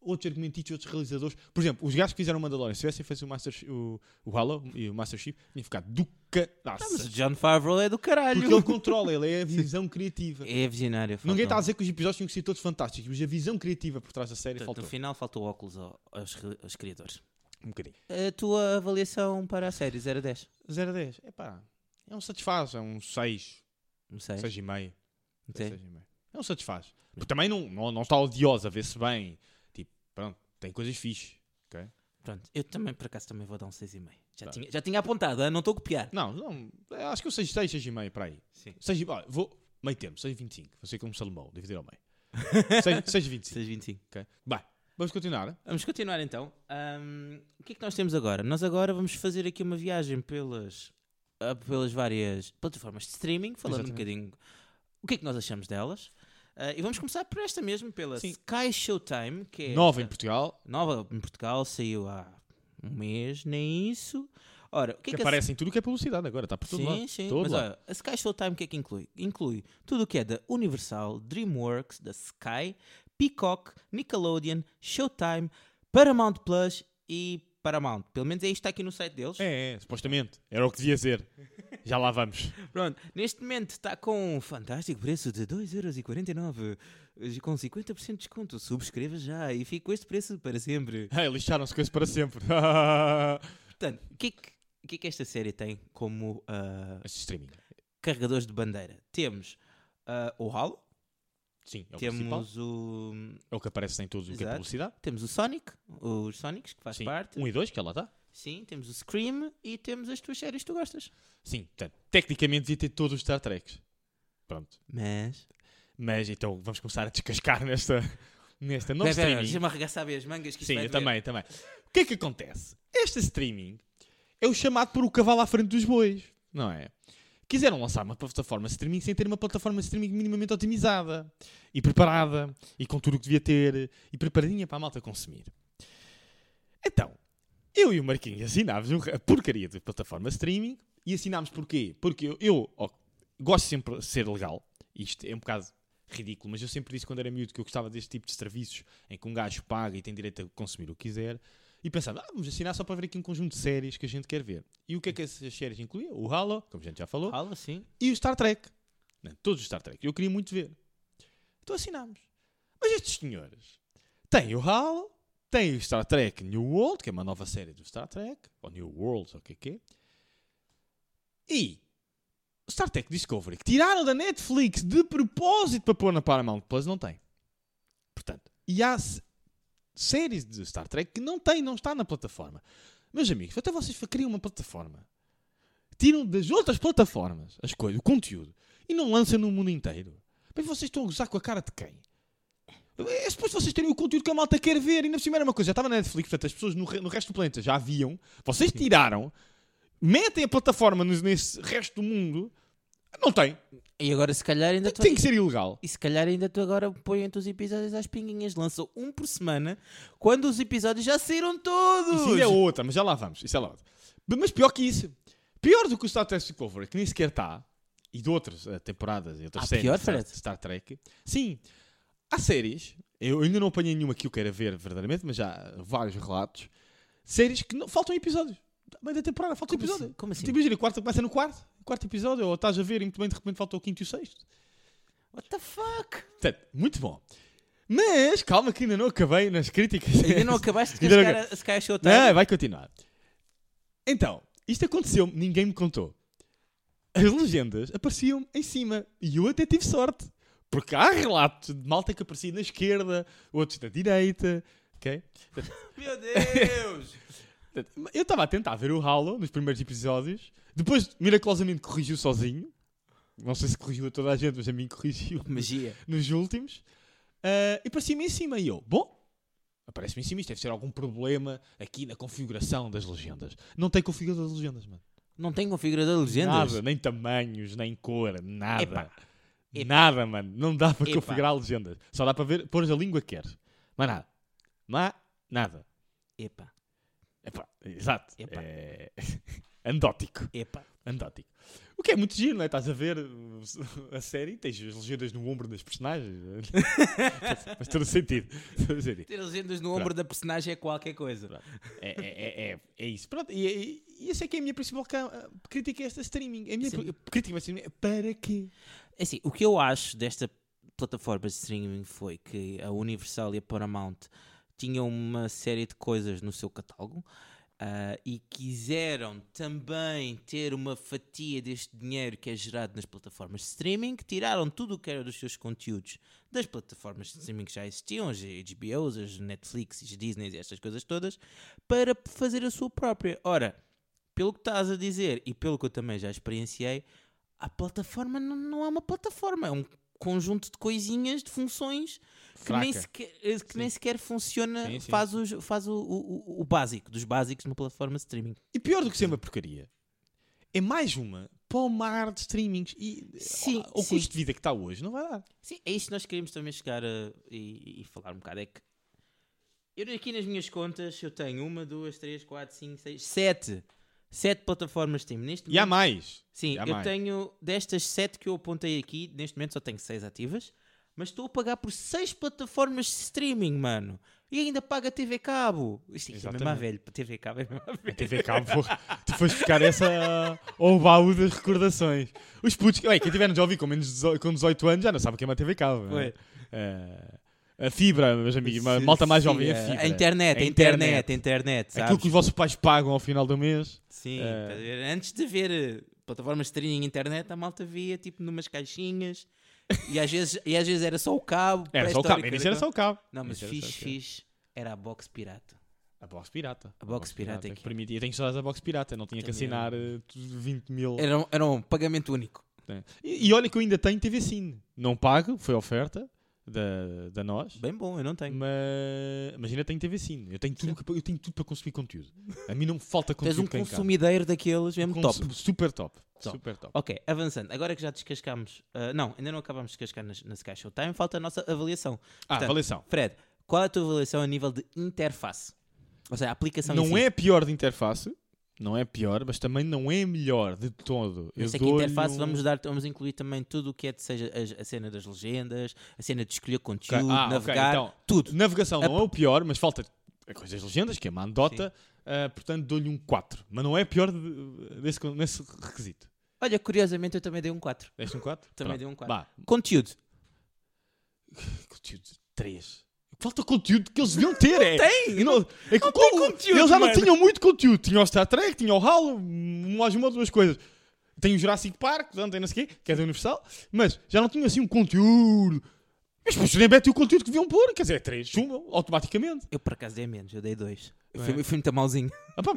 [SPEAKER 2] outros argumentistas, outros realizadores. Por exemplo, os gajos que fizeram o Mandalorian, se tivessem feito o, Master, o, o Halo e o Master Chief, tinha ficado do
[SPEAKER 1] Ah, mas o
[SPEAKER 2] cadaço.
[SPEAKER 1] John Favreau é do caralho.
[SPEAKER 2] Porque ele controla, ele é
[SPEAKER 1] (laughs)
[SPEAKER 2] a visão criativa.
[SPEAKER 1] É visionário. faltou.
[SPEAKER 2] Ninguém está a dizer que os episódios tinham que ser todos fantásticos, mas a visão criativa por trás da série
[SPEAKER 1] Portanto,
[SPEAKER 2] faltou.
[SPEAKER 1] No final faltou óculos ao- aos, re- aos criadores.
[SPEAKER 2] Um bocadinho.
[SPEAKER 1] A tua avaliação para a série, 0 a 10?
[SPEAKER 2] 0 a 10. Epá, é um satisfaz, é um 6,
[SPEAKER 1] Não sei.
[SPEAKER 2] 6 e meio.
[SPEAKER 1] não
[SPEAKER 2] É
[SPEAKER 1] sei.
[SPEAKER 2] seis e meio. É um satisfaz. Porque também não, não, não está odiosa, vê-se bem. Tipo, pronto, tem coisas fixe. ok?
[SPEAKER 1] Pronto, eu também, por acaso, também vou dar um 6,5. Já,
[SPEAKER 2] Tá.
[SPEAKER 1] tinha, já tinha apontado, ah, não estou a copiar.
[SPEAKER 2] Não, não, é, acho que eu 6, 6, 6 e meio, para aí.
[SPEAKER 1] Sim.
[SPEAKER 2] 6 e olha, vou, meio tempo, 6 e 25. Vou ser como Salomão, dividir ao meio.
[SPEAKER 1] (laughs)
[SPEAKER 2] 6, 6 e 25,
[SPEAKER 1] 6,25.
[SPEAKER 2] ok? Bem, vamos continuar.
[SPEAKER 1] Vamos continuar então. Ahm, o que é que nós temos agora? Nós agora vamos fazer aqui uma viagem pelas, ah, pelas várias plataformas de streaming, falando um bocadinho o que é que nós achamos delas. Ah, e vamos começar por esta mesmo, pela
[SPEAKER 2] Sim.
[SPEAKER 1] Sky Showtime, que é
[SPEAKER 2] Nova em
[SPEAKER 1] esta-
[SPEAKER 2] Portugal,
[SPEAKER 1] nova em Portugal, saiu há um mês, nem isso. Ora, o que,
[SPEAKER 2] que,
[SPEAKER 1] é que a
[SPEAKER 2] aparece em tudo que é publicidade agora, está por todo
[SPEAKER 1] sim,
[SPEAKER 2] lado.
[SPEAKER 1] Sim,
[SPEAKER 2] todo
[SPEAKER 1] Mas
[SPEAKER 2] lado.
[SPEAKER 1] olha, a Sky Showtime o que é que inclui? Inclui tudo o que é da Universal, DreamWorks, da Sky, Peacock, Nickelodeon, Showtime, Paramount Plus e Paramount. Pelo menos é isto que está aqui no site deles.
[SPEAKER 2] É, é, supostamente. Era o que devia ser. Já lá vamos. (laughs)
[SPEAKER 1] Pronto, neste momento está com um fantástico preço de 2,49€, eh, com 50% de desconto. Subscreva já e fique com este preço para sempre.
[SPEAKER 2] Ei, É, lixaram-se com isso para sempre. (laughs)
[SPEAKER 1] Portanto, o que, é que, o que é que esta série tem como ah,
[SPEAKER 2] Mas streaming.
[SPEAKER 1] carregadores de bandeira? Temos ah, o Halo,
[SPEAKER 2] Sim, é o principal.
[SPEAKER 1] temos o,
[SPEAKER 2] É o que aparece em tudo o que é
[SPEAKER 1] Exato.
[SPEAKER 2] publicidade.
[SPEAKER 1] temos o Sonic, os Sonics, que faz
[SPEAKER 2] Sim.
[SPEAKER 1] parte.
[SPEAKER 2] 1 e 2, que ela está.
[SPEAKER 1] Sim, temos o Scream e temos as tuas séries que tu gostas.
[SPEAKER 2] Sim, portanto, tecnicamente devia ter todos os Star Treks. Pronto.
[SPEAKER 1] Mas.
[SPEAKER 2] Mas então vamos começar a descascar nesta, nesta não
[SPEAKER 1] Espera, espera,
[SPEAKER 2] streaming.
[SPEAKER 1] Deixa-me arregaçar bem as mangas que isto
[SPEAKER 2] Sim,
[SPEAKER 1] vai
[SPEAKER 2] eu
[SPEAKER 1] doer.
[SPEAKER 2] também, também. O que é que acontece? Este streaming é o chamado por o cavalo à frente dos bois, não é? Quiseram lançar uma plataforma de streaming sem ter uma plataforma de streaming minimamente otimizada e preparada e com tudo o que devia ter e preparadinha para a malta consumir. Então, eu e o Marquinhos assinámos um- a porcaria de plataforma de streaming e assinámos porquê? Porque eu, eu, ó, gosto sempre de ser legal, isto é um bocado ridículo, mas eu sempre disse quando era miúdo que eu gostava deste tipo de serviços em que um gajo paga e tem direito a consumir o que quiser. E pensava, ah, vamos assinar só para ver aqui um conjunto de séries que a gente quer ver. E o que é que essas séries incluíam? O Halo, como a gente já falou,
[SPEAKER 1] Halo, sim.
[SPEAKER 2] e o Star Trek. Não, todos os Star Trek. Eu queria muito ver. Então assinámos. Mas estes senhores têm o Halo, têm o Star Trek New World, que é uma nova série do Star Trek, ou New World, ou o que é que é. E o Star Trek Discovery, que tiraram da Netflix de propósito para pôr na Paramount Plus, não tem. Portanto, e há s- séries de Star Trek que não tem, não está na plataforma. Meus amigos, até vocês criam uma plataforma tiram das outras plataformas as coisas, o conteúdo, e não lançam no mundo inteiro. Mas vocês estão a gozar com a cara de quem? É suposto vocês terem o conteúdo que a malta quer ver, e na cima era uma coisa, já estava na Netflix, portanto as pessoas no, re- no resto do planeta já viam, vocês tiraram, metem a plataforma nos- nesse resto do mundo, não tem,
[SPEAKER 1] E agora, se calhar, ainda tu-
[SPEAKER 2] tem que ser ilegal.
[SPEAKER 1] E se calhar ainda tu agora põem-te os episódios às pinguinhas. Lançam um por semana quando os episódios já saíram todos.
[SPEAKER 2] Isso ainda é outra, mas já lá vamos. Isso é lá outra. B- Mas pior que isso. Pior do que o Star Trek Discovery, que nem sequer está, e de outras eh, temporadas e outras
[SPEAKER 1] Ah,
[SPEAKER 2] séries
[SPEAKER 1] pior,
[SPEAKER 2] de Star,
[SPEAKER 1] Fred?
[SPEAKER 2] Star Trek. Sim, há séries, eu ainda não apanhei nenhuma que eu queira ver verdadeiramente, mas já há vários relatos, séries que não, faltam episódios. Da meio da temporada, falta um
[SPEAKER 1] Como
[SPEAKER 2] episódio.
[SPEAKER 1] assim? Como assim?
[SPEAKER 2] Tu imagina, quarta começa no quarto, quarto episódio, ou estás a ver e muito bem, de repente falta o quinto e o sexto.
[SPEAKER 1] What the fuck?
[SPEAKER 2] Portanto, muito bom. Mas, calma que ainda não acabei nas críticas.
[SPEAKER 1] Ainda
[SPEAKER 2] (laughs)
[SPEAKER 1] não acabaste de
[SPEAKER 2] Ainda não
[SPEAKER 1] cascar a Sky
[SPEAKER 2] Não, é
[SPEAKER 1] Showtime?
[SPEAKER 2] vai continuar. Então, isto aconteceu, ninguém me contou. As legendas apareciam em cima e eu até tive sorte, porque há relatos de malta que aparecia na esquerda, outros na direita, ok?
[SPEAKER 1] Meu Deus!
[SPEAKER 2] Eu estava a tentar ver o Halo nos primeiros episódios, depois miraculosamente corrigiu sozinho. Não sei se corrigiu a toda a gente, mas a mim corrigiu
[SPEAKER 1] (laughs) Magia.
[SPEAKER 2] nos últimos. Ah, e aparecia-me em cima. E eu, bom, aparece-me em cima. Isto deve ser algum problema aqui na configuração das legendas. Não tem configuração das legendas, mano.
[SPEAKER 1] Não tem configurador de legendas?
[SPEAKER 2] Nada, nem tamanhos, nem cor, nada.
[SPEAKER 1] Epá. Epá.
[SPEAKER 2] Nada, mano. Não dá para
[SPEAKER 1] Epá.
[SPEAKER 2] configurar legendas. Só dá para ver, pôr a língua que queres. Mas nada. Mas nada.
[SPEAKER 1] Epa,
[SPEAKER 2] Epá, exato.
[SPEAKER 1] Epá.
[SPEAKER 2] É... (laughs) Andótico.
[SPEAKER 1] epa.
[SPEAKER 2] Andótico. O que é muito giro, não é? Estás a ver uh, (laughs) a série, tens as legendas no ombro das personagens. (laughs) Faz todo sentido. Todo sentido.
[SPEAKER 1] Ter legendas no ombro da personagem é qualquer coisa.
[SPEAKER 2] É, é, é, é, é isso. Pronto, e, e, e essa é que é a minha principal ca- a crítica a esta streaming. A minha
[SPEAKER 1] Sim.
[SPEAKER 2] pr- crítica a esta streaming é para quê?
[SPEAKER 1] É Assim, o que eu acho desta plataforma de streaming foi que a Universal e a Paramount tinham uma série de coisas no seu catálogo ah, e quiseram também ter uma fatia deste dinheiro que é gerado nas plataformas de streaming, que tiraram tudo o que era dos seus conteúdos das plataformas de streaming que já existiam, as HBOs, as Netflix, as Disney e estas coisas todas, para fazer a sua própria. Ora, pelo que estás a dizer e pelo que eu também já experienciei, a plataforma não, não é uma plataforma, é um conjunto de coisinhas, de funções que nem,
[SPEAKER 2] Fraca.
[SPEAKER 1] sequer, eh, que nem sequer funciona,
[SPEAKER 2] Sim, sim.
[SPEAKER 1] faz, os, faz o, o- o- o básico, dos básicos numa plataforma de streaming.
[SPEAKER 2] E pior do que ser uma porcaria, é mais uma para o mar de streamings. E
[SPEAKER 1] Sim,
[SPEAKER 2] o, o
[SPEAKER 1] sim.
[SPEAKER 2] custo de vida que está hoje não vai dar.
[SPEAKER 1] Sim, é isto que nós queríamos também chegar a, e, e falar um bocado. É que eu aqui nas minhas contas eu tenho uma, duas, três, quatro, cinco, seis, sete. Sete plataformas de streaming. Neste
[SPEAKER 2] E há
[SPEAKER 1] momento-
[SPEAKER 2] mais.
[SPEAKER 1] Sim,
[SPEAKER 2] E há
[SPEAKER 1] eu
[SPEAKER 2] mais.
[SPEAKER 1] tenho destas sete que eu apontei aqui, neste momento só tenho seis ativas. Mas estou a pagar por seis plataformas de streaming, mano. E ainda paga TV Cabo. Isto aqui é mesmo a
[SPEAKER 2] Exatamente.
[SPEAKER 1] velho. TV Cabo é mesmo a velho.
[SPEAKER 2] TV Cabo, (laughs) porra. tu foste buscar essa ao baú das recordações. Os putos, que- ué, quem tiver no jovem com menos de dezo- com 18 anos já não sabe o que é uma TV Cabo. não é?
[SPEAKER 1] Ué.
[SPEAKER 2] Eh, a fibra, meus amigos, uma malta mais
[SPEAKER 1] Sim,
[SPEAKER 2] jovem, a
[SPEAKER 1] é.
[SPEAKER 2] fibra.
[SPEAKER 1] A internet, a internet, a internet,
[SPEAKER 2] Aquilo que
[SPEAKER 1] sabes?
[SPEAKER 2] os vossos pais pagam ao final do mês.
[SPEAKER 1] Sim,
[SPEAKER 2] É.
[SPEAKER 1] estás a ver? antes de ver eh, plataformas de streaming e internet, a malta via tipo numas caixinhas e às vezes, e às vezes era só o cabo.
[SPEAKER 2] Era só o
[SPEAKER 1] pré-histórico,
[SPEAKER 2] cabo.
[SPEAKER 1] então.
[SPEAKER 2] Início era só o cabo.
[SPEAKER 1] Não, mas
[SPEAKER 2] Início era só
[SPEAKER 1] fixe,
[SPEAKER 2] o cabo.
[SPEAKER 1] fixe era a box pirata.
[SPEAKER 2] A box pirata.
[SPEAKER 1] A box pirata é que-
[SPEAKER 2] que permitia. Eu tenho que saudades da box pirata. Não tinha que
[SPEAKER 1] Também
[SPEAKER 2] assinar eh, 20 mil.
[SPEAKER 1] Era um, era um pagamento único.
[SPEAKER 2] É. E, e olha que eu ainda tenho TV Cine. Não pago, foi oferta da, da nós.
[SPEAKER 1] Bem bom, eu não tenho.
[SPEAKER 2] Mas, mas ainda tenho TV Cine. Eu tenho, tudo que- eu tenho tudo para consumir conteúdo. A mim não me falta
[SPEAKER 1] Tens um
[SPEAKER 2] conteúdo. cá em casa.
[SPEAKER 1] consumideiro daqueles mesmo
[SPEAKER 2] Cons-
[SPEAKER 1] top.
[SPEAKER 2] Super top.
[SPEAKER 1] Top.
[SPEAKER 2] Super top.
[SPEAKER 1] Ok, avançando. Agora que já descascámos. ah, não, ainda não acabámos de descascar na, na Sky Showtime. Falta a nossa avaliação.
[SPEAKER 2] Ah,
[SPEAKER 1] Portanto,
[SPEAKER 2] avaliação.
[SPEAKER 1] Fred, qual é a tua avaliação a nível de interface? Ou seja, a aplicação em
[SPEAKER 2] Não
[SPEAKER 1] si.
[SPEAKER 2] é a pior de interface. Não é a pior, mas também não é a melhor de todo.
[SPEAKER 1] Eu
[SPEAKER 2] Eu
[SPEAKER 1] sei que
[SPEAKER 2] dou-lhe
[SPEAKER 1] interface
[SPEAKER 2] um-
[SPEAKER 1] vamos, dar, vamos incluir também tudo o que é, de- seja as- a, cena das legendas, a cena de escolher
[SPEAKER 2] Ok,
[SPEAKER 1] conteúdo,
[SPEAKER 2] ah, ok,
[SPEAKER 1] navegar,
[SPEAKER 2] então,
[SPEAKER 1] tudo.
[SPEAKER 2] Navegação
[SPEAKER 1] A-
[SPEAKER 2] não é o pior, mas falta a coisa das legendas, que é uma anedota. ah, portanto, dou-lhe um 4. Mas não é a pior de- desse, nesse requisito.
[SPEAKER 1] Olha, curiosamente eu também dei um 4.
[SPEAKER 2] Deste um 4?
[SPEAKER 1] Também dei um 4.
[SPEAKER 2] Vá,
[SPEAKER 1] Conteúdo.
[SPEAKER 2] conteúdo 3. Falta conteúdo que eles deviam ter, é.
[SPEAKER 1] Tem!
[SPEAKER 2] Não, é que com-
[SPEAKER 1] conteúdo,
[SPEAKER 2] Eles já
[SPEAKER 1] mano.
[SPEAKER 2] não tinham muito conteúdo. Tinham o Star Trek, tinham o Halo, mais uma ou duas coisas. Tem o Jurassic Park, portanto, tem não sei o quê, que é da Universal, mas já não tinham assim um conteúdo. Mas depois nem metem o conteúdo que deviam pôr, quer dizer, é três chumbam automaticamente.
[SPEAKER 1] Eu por acaso dei menos, eu dei 2. Eu
[SPEAKER 2] Não
[SPEAKER 1] fui,
[SPEAKER 2] é?
[SPEAKER 1] eu fui muito malzinho.
[SPEAKER 2] Ah, pá,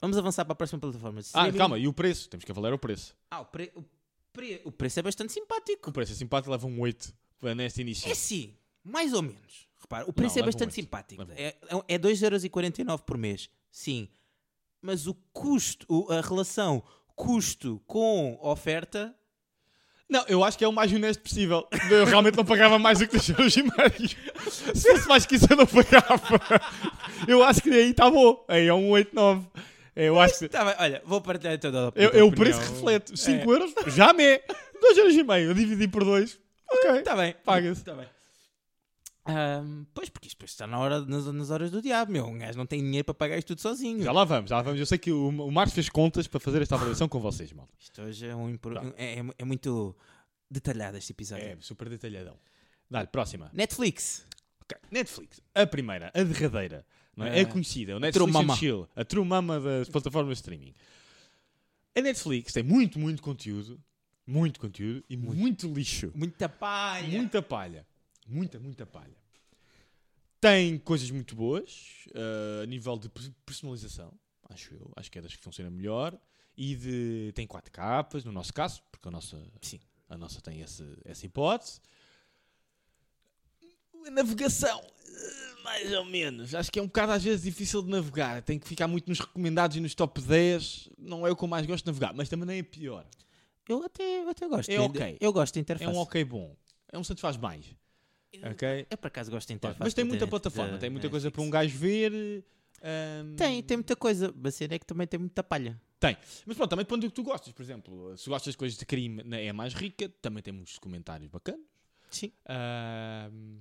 [SPEAKER 1] Vamos avançar para a próxima plataforma. de
[SPEAKER 2] ah,
[SPEAKER 1] streaming.
[SPEAKER 2] calma, e o preço? Temos que avaliar o preço.
[SPEAKER 1] Ah, o, pre- o pre- o preço é bastante
[SPEAKER 2] O
[SPEAKER 1] simpático.
[SPEAKER 2] preço é simpático, leva um 8 para neste início.
[SPEAKER 1] É sim, mais ou menos. Repara, o preço é
[SPEAKER 2] leva um
[SPEAKER 1] bastante
[SPEAKER 2] oito.
[SPEAKER 1] simpático.
[SPEAKER 2] Leva um
[SPEAKER 1] É, é é 2,49€ por mês. Sim. Mas o custo, o- a relação custo com oferta
[SPEAKER 2] Não, eu acho que é o mais honesto possível. Eu realmente não pagava mais do que 2 euros e meio. Se fosse mais que isso, eu não pagava. Eu acho que aí está bom. Aí é um 8, 9. Eu acho que.
[SPEAKER 1] Tá bem, olha, vou partilhar então a minha
[SPEAKER 2] Eu, eu É,
[SPEAKER 1] opinião.
[SPEAKER 2] o
[SPEAKER 1] É.
[SPEAKER 2] preço reflete. 5 euros, já me é. 2 euros e meio. Eu dividi por 2. Ok.
[SPEAKER 1] Tá bem, (laughs)
[SPEAKER 2] Paga-se.
[SPEAKER 1] Tá bem. Ahm, pois, porque isto depois está na hora, nas, nas horas do diabo, meu. Um gajo não tem dinheiro para pagar isto tudo sozinho.
[SPEAKER 2] Já lá vamos, já lá vamos. Eu sei que o, o Marcos fez contas para fazer esta avaliação com vocês, malta.
[SPEAKER 1] Isto hoje é, um impro-
[SPEAKER 2] Tá.
[SPEAKER 1] é, é, é muito detalhado este episódio.
[SPEAKER 2] É, super detalhadão. Dá-lhe, próxima.
[SPEAKER 1] Netflix.
[SPEAKER 2] Ok, Netflix, a primeira, a derradeira, não é?
[SPEAKER 1] É.
[SPEAKER 2] é conhecida, o Netflix
[SPEAKER 1] True Mama.
[SPEAKER 2] and Chill, a true mama das plataformas de streaming. A Netflix tem muito, muito conteúdo, muito conteúdo e muito, lixo,
[SPEAKER 1] Muita palha.
[SPEAKER 2] muita palha, muita, muita palha. Tem coisas muito boas eh, a nível de per- personalização, acho eu, acho que é das que funciona melhor e de tem quatro capas no nosso caso, porque a nossa
[SPEAKER 1] Sim.
[SPEAKER 2] a nossa tem esse- essa hipótese. A navegação, eh, mais ou menos. Acho que é um bocado às vezes difícil de navegar. Tem que ficar muito nos recomendados e nos top 10. Não é o que eu mais gosto de navegar, mas também não é a pior.
[SPEAKER 1] Eu até, eu até gosto.
[SPEAKER 2] É
[SPEAKER 1] Eu-
[SPEAKER 2] ok.
[SPEAKER 1] Eu gosto de interface.
[SPEAKER 2] É um ok bom. É um satisfaz mais.
[SPEAKER 1] É.
[SPEAKER 2] Ok?
[SPEAKER 1] Eu por acaso gosto de interface.
[SPEAKER 2] Mas tem
[SPEAKER 1] da-
[SPEAKER 2] muita
[SPEAKER 1] da-
[SPEAKER 2] plataforma,
[SPEAKER 1] da
[SPEAKER 2] tem muita coisa
[SPEAKER 1] Netflix.
[SPEAKER 2] para um gajo ver. eh, ahm,
[SPEAKER 1] é, Tem, tem muita coisa. Mas a cena é que também tem muita palha.
[SPEAKER 2] Tem. Mas pronto, também depende do que tu gostas. Por exemplo, se gostas de coisas de crime, né, é mais rica. Também tem muitos comentários bacanas.
[SPEAKER 1] Sim.
[SPEAKER 2] Ahm,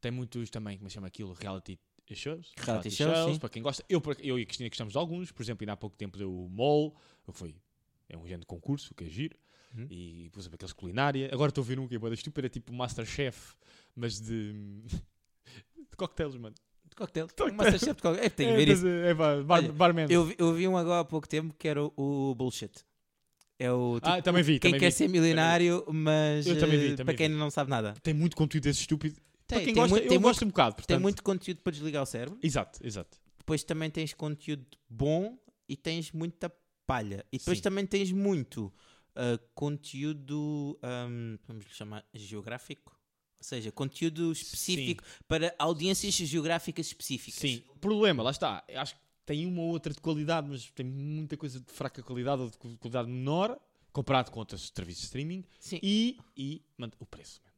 [SPEAKER 2] tem muitos também, como é se chama aquilo, reality shows.
[SPEAKER 1] Reality shows, sim.
[SPEAKER 2] para quem gosta. Eu, por- eu e a Cristina gostamos de alguns. Por exemplo, ainda há pouco tempo deu o MOL, o que foi é um género de concurso, que é giro.
[SPEAKER 1] Uhum.
[SPEAKER 2] E, por exemplo, aqueles de culinária. Agora estou a ver um que é bué da estúpida, é tipo Masterchef, mas de... (laughs) de cocktails, mano.
[SPEAKER 1] De coquetel. Uma sachê de coquetel. É, tem que
[SPEAKER 2] é,
[SPEAKER 1] ver
[SPEAKER 2] mas
[SPEAKER 1] isso.
[SPEAKER 2] é, é bar- bar-
[SPEAKER 1] Olha,
[SPEAKER 2] barman.
[SPEAKER 1] Eu, vi- eu vi um agora há pouco tempo que era o, o Bullshit. É o tipo,
[SPEAKER 2] Ah, também vi,
[SPEAKER 1] quem
[SPEAKER 2] também
[SPEAKER 1] quer
[SPEAKER 2] vi.
[SPEAKER 1] ser milionário, mas
[SPEAKER 2] Eu também vi,
[SPEAKER 1] eh,
[SPEAKER 2] também
[SPEAKER 1] para quem
[SPEAKER 2] vi.
[SPEAKER 1] não sabe nada.
[SPEAKER 2] Tem muito conteúdo desse estúpido.
[SPEAKER 1] Tem,
[SPEAKER 2] para quem
[SPEAKER 1] tem
[SPEAKER 2] gosta,
[SPEAKER 1] muito-
[SPEAKER 2] eu
[SPEAKER 1] tem
[SPEAKER 2] gosto um
[SPEAKER 1] Tem
[SPEAKER 2] bocado. Portanto...
[SPEAKER 1] muito conteúdo para desligar o cérebro.
[SPEAKER 2] Exato, exato.
[SPEAKER 1] Depois também tens conteúdo bom e tens muita palha. E depois
[SPEAKER 2] Sim.
[SPEAKER 1] também tens muito ah, conteúdo, ahm, vamos lhe chamar, geográfico. Ou seja, conteúdo específico para audiências geográficas específicas.
[SPEAKER 2] Sim, problema, lá está. Eu Acho que tem uma ou outra de qualidade, mas tem muita coisa de fraca qualidade ou de qu- qualidade menor comparado com outros serviços de streaming.
[SPEAKER 1] Sim.
[SPEAKER 2] E, e mano, o preço. mano.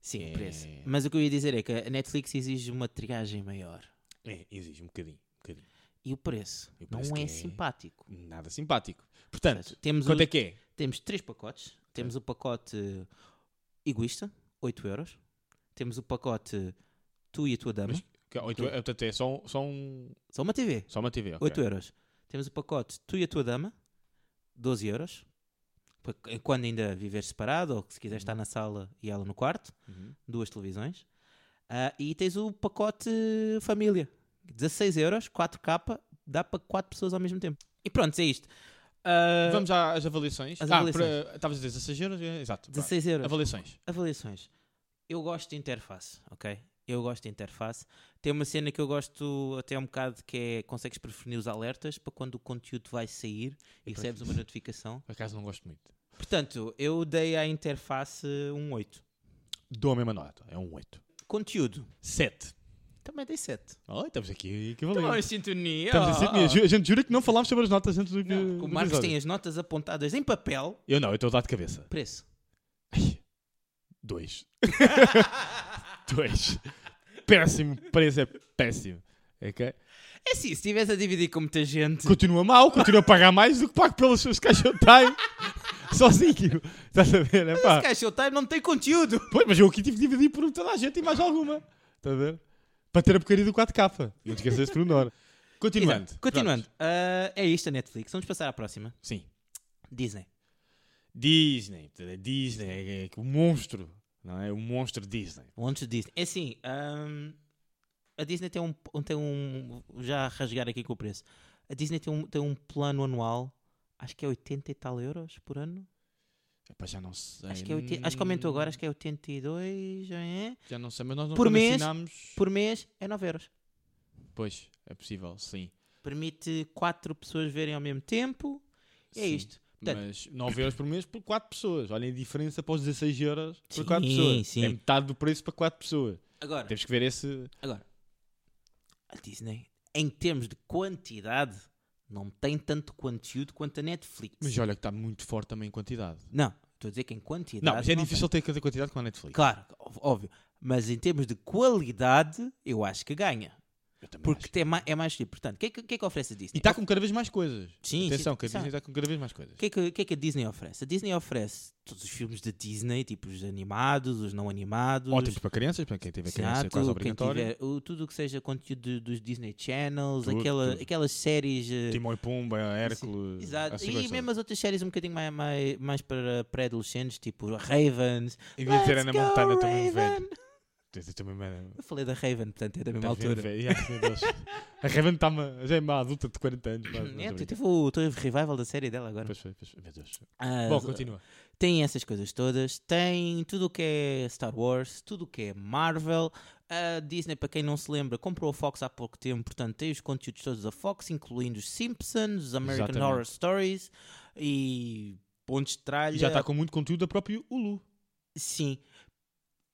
[SPEAKER 1] Sim,
[SPEAKER 2] É.
[SPEAKER 1] preço. Mas o que eu ia dizer é que a Netflix exige uma triagem maior.
[SPEAKER 2] É, exige um bocadinho, um bocadinho.
[SPEAKER 1] E o preço,
[SPEAKER 2] E o preço
[SPEAKER 1] não é,
[SPEAKER 2] que é-
[SPEAKER 1] simpático.
[SPEAKER 2] Nada simpático. Portanto,
[SPEAKER 1] Temos, um
[SPEAKER 2] quanto
[SPEAKER 1] o-
[SPEAKER 2] é que é?
[SPEAKER 1] temos três pacotes. Temos o pacote egoísta, 8 euros. Temos o pacote Tu e a tua dama.
[SPEAKER 2] Mas- Que é oito- é, portanto, é só, um- só, um,
[SPEAKER 1] Só uma TV.
[SPEAKER 2] só uma TV. ok.
[SPEAKER 1] 8 euros. Temos o pacote Tu e a tua dama, 12 euros. Pa- é Quando ainda viveres separado, ou se quiser estar na sala e ela no quarto,
[SPEAKER 2] Uhum.
[SPEAKER 1] duas televisões. Ah, e tens o pacote família, 16 euros, 4K, dá para 4 pessoas ao mesmo tempo. E pronto, é isto. Ah,
[SPEAKER 2] Vamos à- às avaliações.
[SPEAKER 1] As
[SPEAKER 2] ah,
[SPEAKER 1] avaliações.
[SPEAKER 2] para- estavas a dizer 16 euros? é, Exato. vá.
[SPEAKER 1] 16 euros.
[SPEAKER 2] Avaliações.
[SPEAKER 1] Avaliações. Eu gosto de interface, ok? Eu gosto de interface. Tem uma cena que eu gosto até um bocado que é consegues preferir os alertas para quando o conteúdo vai sair e
[SPEAKER 2] Eu
[SPEAKER 1] recebes
[SPEAKER 2] prefiro.
[SPEAKER 1] uma notificação.
[SPEAKER 2] Por acaso não gosto muito.
[SPEAKER 1] Portanto, eu dei à interface um 8.
[SPEAKER 2] Dou a mesma nota. É um 8.
[SPEAKER 1] Conteúdo,
[SPEAKER 2] 7.
[SPEAKER 1] também dei 7.
[SPEAKER 2] Olha, estamos aqui
[SPEAKER 1] Estão em
[SPEAKER 2] equivalentes.
[SPEAKER 1] sintonia.
[SPEAKER 2] Estamos
[SPEAKER 1] Então, é
[SPEAKER 2] em
[SPEAKER 1] assim, ó.
[SPEAKER 2] sintonia. Ju- A gente jura que não falámos sobre as notas antes do que.
[SPEAKER 1] Oh. Não,
[SPEAKER 2] do
[SPEAKER 1] o Marcos
[SPEAKER 2] episódio.
[SPEAKER 1] tem as notas apontadas em papel.
[SPEAKER 2] Eu não, eu estou a dar de cabeça.
[SPEAKER 1] Preço.
[SPEAKER 2] Ai, Dois. (laughs) Dois. Péssimo. Preço é péssimo. Ok?
[SPEAKER 1] É assim, se estivesse a dividir com muita gente.
[SPEAKER 2] Continua mal, continua a pagar mais do que pago pelos seus
[SPEAKER 1] (laughs)
[SPEAKER 2] cachotaios. Sozinho. Estás a ver? É pá.
[SPEAKER 1] Esse caixa Showtime não tem conteúdo.
[SPEAKER 2] Pois, mas eu aqui tive de dividir por toda a gente e mais alguma. Estás a ver? Para ter a porcaria do 4K. Não te esqueças desse pormenor. Continuando.
[SPEAKER 1] Exato. (laughs) Continuando. Ah, é isto a Netflix. Vamos passar à próxima.
[SPEAKER 2] Pronto. Sim.
[SPEAKER 1] Disney.
[SPEAKER 2] Disney. Disney. é O monstro. Não é? O monstro Disney.
[SPEAKER 1] Longe de Disney. É assim, hum, a Disney tem um, tem um. Já a rasgar aqui com o preço. A Disney tem um, tem um plano anual, acho que é 80 e tal euros por ano.
[SPEAKER 2] Epá, já não sei.
[SPEAKER 1] Acho que, é 80 acho que aumentou agora, acho que é 82 já é?
[SPEAKER 2] Já não sei, mas nós não
[SPEAKER 1] Por
[SPEAKER 2] quando
[SPEAKER 1] mês?
[SPEAKER 2] assinámos-
[SPEAKER 1] por mês, é 9 euros.
[SPEAKER 2] Pois, é possível, sim.
[SPEAKER 1] Permite 4 pessoas verem ao mesmo tempo. É
[SPEAKER 2] Sim.
[SPEAKER 1] isto. Portanto-
[SPEAKER 2] mas 9 euros por mês por 4 pessoas. Olhem a diferença para os 16 euros por 4
[SPEAKER 1] Sim,
[SPEAKER 2] pessoas.
[SPEAKER 1] sim.
[SPEAKER 2] É metade do preço para 4 pessoas.
[SPEAKER 1] Agora,
[SPEAKER 2] Temos que ver esse.
[SPEAKER 1] agora, a Disney, em termos de quantidade, não tem tanto conteúdo quanto a Netflix.
[SPEAKER 2] Mas olha que está muito forte também em quantidade.
[SPEAKER 1] Não, estou a dizer que em quantidade.
[SPEAKER 2] Não, mas é
[SPEAKER 1] tem.
[SPEAKER 2] difícil ter tanta quantidade com a Netflix.
[SPEAKER 1] Claro, ó- óbvio. Mas em termos de qualidade, eu acho que ganha.
[SPEAKER 2] Eu também
[SPEAKER 1] Porque
[SPEAKER 2] acho.
[SPEAKER 1] tem ma- é mais chique. Portanto, o que, é que, o que é que oferece a
[SPEAKER 2] E
[SPEAKER 1] Disney?
[SPEAKER 2] está com cada vez mais coisas.
[SPEAKER 1] Sim,
[SPEAKER 2] Atenção,
[SPEAKER 1] sim,
[SPEAKER 2] que a
[SPEAKER 1] sim.
[SPEAKER 2] Disney está com cada vez mais coisas.
[SPEAKER 1] O que, é que, o que é que a Disney oferece? A Disney oferece todos os filmes da Disney, tipo os animados, os não animados.
[SPEAKER 2] Ótimos para crianças, para quem teve a criança é quase
[SPEAKER 1] quem
[SPEAKER 2] obrigatório.
[SPEAKER 1] tiver, eh, o- tudo o que seja conteúdo do- dos Disney Channels,
[SPEAKER 2] Tudo,
[SPEAKER 1] aquela-
[SPEAKER 2] tudo. Tipo,
[SPEAKER 1] aquelas séries. eh,
[SPEAKER 2] Timão e Pumba, Hércules.
[SPEAKER 1] Exato.
[SPEAKER 2] essas
[SPEAKER 1] E
[SPEAKER 2] coisas
[SPEAKER 1] mesmo as outras séries um bocadinho mais, mais, mais para pré-adolescentes, tipo Ravens.
[SPEAKER 2] todas. Em vez de ter
[SPEAKER 1] Let's
[SPEAKER 2] Ana
[SPEAKER 1] go,
[SPEAKER 2] Montana, estou mesmo
[SPEAKER 1] Raven!
[SPEAKER 2] velho. Estou mesmo velho.
[SPEAKER 1] Eu falei da Raven, portanto é da mesma
[SPEAKER 2] Estás mesmo
[SPEAKER 1] altura.
[SPEAKER 2] velho. Yeah, meu
[SPEAKER 1] (laughs)
[SPEAKER 2] Deus. A Raven está uma- já é uma adulta de 40 anos. quase,
[SPEAKER 1] É,
[SPEAKER 2] mais ou
[SPEAKER 1] tu-
[SPEAKER 2] menos.
[SPEAKER 1] teve o teve revival da série dela agora.
[SPEAKER 2] Pois foi, pois foi. Meu Deus.
[SPEAKER 1] Ah,
[SPEAKER 2] Bom, continua.
[SPEAKER 1] tem essas coisas todas, tem tudo o que é Star Wars, tudo o que é Marvel. A Disney, para quem não se lembra, comprou a Fox há pouco tempo, portanto tem os conteúdos todos da Fox, incluindo os Simpsons, os American
[SPEAKER 2] Exatamente.
[SPEAKER 1] Horror Stories e Pontes de Tralha.
[SPEAKER 2] E já está com muito conteúdo da própria
[SPEAKER 1] é,
[SPEAKER 2] Hulu. é
[SPEAKER 1] Sim.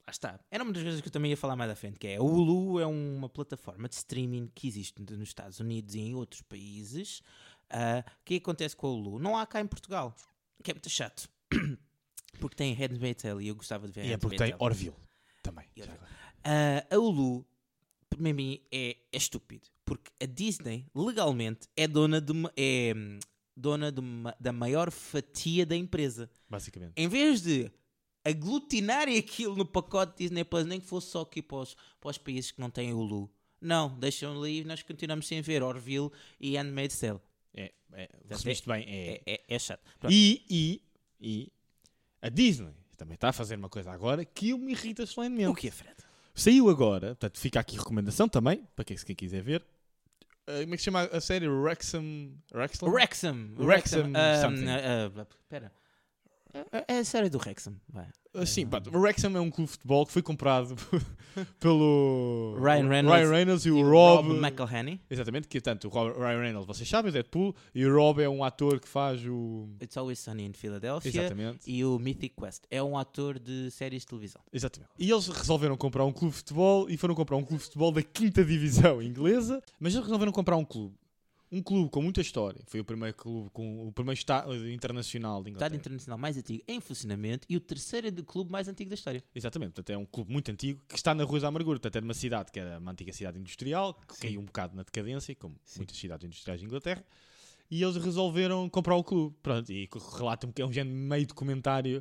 [SPEAKER 1] Lá está. Era uma das coisas que eu também ia falar mais à frente, que é o Hulu é uma plataforma de streaming que existe nos Estados Unidos e em outros países. Ah, O que acontece com a Hulu? Não há cá em Portugal, que é muito chato. (coughs) porque tem Handmaid's Tale e eu gostava de ver
[SPEAKER 2] E é porque
[SPEAKER 1] Handmaid's
[SPEAKER 2] tem
[SPEAKER 1] Tale.
[SPEAKER 2] Orville também.
[SPEAKER 1] E
[SPEAKER 2] já
[SPEAKER 1] Orville.
[SPEAKER 2] agora.
[SPEAKER 1] Ah, a Hulu, para mim, é, é estúpido. Porque a Disney, legalmente, é dona, de uma- é, hum, dona de uma- da maior fatia da empresa
[SPEAKER 2] Basicamente.
[SPEAKER 1] em vez de aglutinarem (laughs) aquilo no pacote Disney Plus, nem que fosse só aqui para os, para os países que não têm Hulu. Não, deixam ali e nós continuamos sem ver Orville e Handmaid's Tale.
[SPEAKER 2] É, é, resumiste bem. É,
[SPEAKER 1] É, é, é chato. Pronto.
[SPEAKER 2] E, e, e a Disney também está a fazer uma coisa agora que eu me irrita solenemente.
[SPEAKER 1] O que é, Fred?
[SPEAKER 2] Saiu agora, portanto fica aqui recomendação também, para quem, quem quiser ver. Eh, como é que se chama a série? Wrexham... Wrexham?
[SPEAKER 1] Wrexham.
[SPEAKER 2] Wrexham
[SPEAKER 1] ah,
[SPEAKER 2] something.
[SPEAKER 1] ah, ah, Espera. É- É a série do Wrexham. vai.
[SPEAKER 2] Ah, Sim, pá, o Wrexham é um clube de futebol que foi comprado (laughs) pelo
[SPEAKER 1] Ryan Reynolds
[SPEAKER 2] Reynolds e
[SPEAKER 1] E
[SPEAKER 2] o Rob.
[SPEAKER 1] McElhenney.
[SPEAKER 2] Exatamente, que tanto o Rob- Ryan Reynolds, vocês sabem, o Deadpool, e o Rob é um ator que faz o.
[SPEAKER 1] It's Always Sunny in Philadelphia.
[SPEAKER 2] Exatamente.
[SPEAKER 1] E o Mythic Quest. É um ator de séries de televisão.
[SPEAKER 2] Exatamente. E eles resolveram comprar um clube de futebol e foram comprar um clube de futebol da quinta divisão inglesa, mas eles resolveram comprar um clube. Um clube com muita história. Foi o primeiro clube com o primeiro estádio internacional de
[SPEAKER 1] Estado
[SPEAKER 2] Inglaterra.
[SPEAKER 1] internacional mais antigo em funcionamento e o terceiro de clube mais antigo da história.
[SPEAKER 2] Exatamente, portanto é um clube muito antigo que está na Rua da Amargura, portanto é numa cidade que era uma antiga cidade industrial, que
[SPEAKER 1] Sim.
[SPEAKER 2] caiu um bocado na decadência, como
[SPEAKER 1] Sim.
[SPEAKER 2] muitas cidades industriais de Inglaterra, e eles resolveram comprar o clube. Pronto, e co- relatam que é um género de meio documentário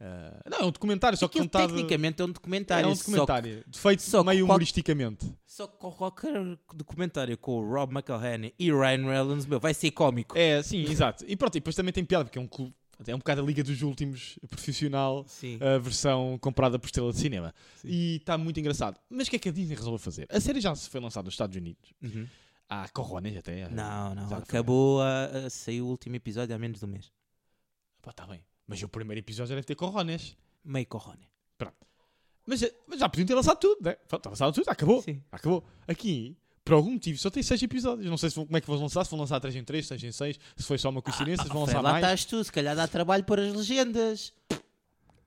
[SPEAKER 2] Ah, não, é um documentário, só que
[SPEAKER 1] Aquilo
[SPEAKER 2] contado...
[SPEAKER 1] tecnicamente é um
[SPEAKER 2] É
[SPEAKER 1] documentário.
[SPEAKER 2] um
[SPEAKER 1] só que-
[SPEAKER 2] documentário, feito
[SPEAKER 1] só que
[SPEAKER 2] meio
[SPEAKER 1] qual-
[SPEAKER 2] humoristicamente.
[SPEAKER 1] Só que qualquer documentário com o Rob McElhenney e Ryan Reynolds, meu, vai ser cómico.
[SPEAKER 2] É, sim, exato. E pronto, e depois também tem piada, porque é um clube... É um bocado a Liga dos Últimos eh, profissional,
[SPEAKER 1] Sim.
[SPEAKER 2] a versão comprada por estrela de cinema.
[SPEAKER 1] Sim.
[SPEAKER 2] E está muito engraçado. Mas o que é que a Disney resolveu fazer? A série já se foi lançada nos Estados Unidos.
[SPEAKER 1] Uhum.
[SPEAKER 2] Há corrones até.
[SPEAKER 1] Não, não.
[SPEAKER 2] Já foi.
[SPEAKER 1] acabou, a, a- saiu o último episódio há menos de um mês.
[SPEAKER 2] Pá, tá bem. Mas o primeiro episódio já deve ter corrones.
[SPEAKER 1] Meio corrone.
[SPEAKER 2] Mas, eh, mas já podiam ter lançado tudo, né? Pronto, Está lançado tudo, acabou.
[SPEAKER 1] Sim.
[SPEAKER 2] Acabou. Aqui, por algum motivo, só tem 6 episódios. Não sei se vão- como é que vão lançar, se vão lançar 3 em 3, 6 em 6, se foi só uma coincidência, se vão
[SPEAKER 1] Fred,
[SPEAKER 2] lançar
[SPEAKER 1] Ah, lá
[SPEAKER 2] mais.
[SPEAKER 1] estás tu, se calhar dá trabalho para as legendas.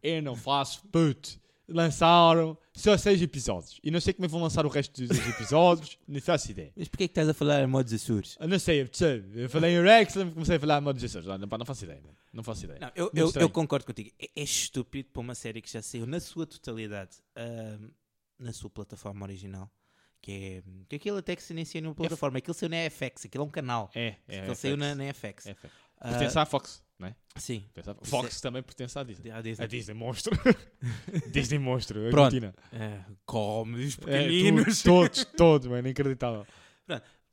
[SPEAKER 2] Eu não faço, puto. Lançaram só 6 episódios. E não sei como é que vão lançar o resto dos
[SPEAKER 1] (laughs)
[SPEAKER 2] episódios, nem faço ideia.
[SPEAKER 1] Mas porquê é que estás a falar em modos Açores?
[SPEAKER 2] Eu não sei, eu percebo. Eu falei em Rex, lembro que comecei a falar em modo de gestores. Não, pá, não faço ideia, mano. Não faço ideia.
[SPEAKER 1] Não, eu,
[SPEAKER 2] Muito
[SPEAKER 1] eu- eu
[SPEAKER 2] estranho.
[SPEAKER 1] concordo contigo. É, é estúpido para uma série que já saiu na sua totalidade ahm, na sua plataforma original. Que é. Que aquilo até que se inicia numa plataforma. Aquilo saiu na FX, aquilo é um canal.
[SPEAKER 2] É, é.
[SPEAKER 1] aquilo
[SPEAKER 2] é
[SPEAKER 1] saiu
[SPEAKER 2] FX.
[SPEAKER 1] na, na FX.
[SPEAKER 2] É FX.
[SPEAKER 1] Ah,
[SPEAKER 2] Pertence à Fox, não é?
[SPEAKER 1] Sim.
[SPEAKER 2] Pertence à Fox.
[SPEAKER 1] Isso é-
[SPEAKER 2] Fox também pertence à Disney.
[SPEAKER 1] à Disney.
[SPEAKER 2] A
[SPEAKER 1] (laughs)
[SPEAKER 2] Disney monstro. Disney monstro.
[SPEAKER 1] Pronto.
[SPEAKER 2] Argentina.
[SPEAKER 1] Ah, come os
[SPEAKER 2] É,
[SPEAKER 1] pequeninos.
[SPEAKER 2] tu-
[SPEAKER 1] (laughs)
[SPEAKER 2] todos, todos, mano. Inacreditável.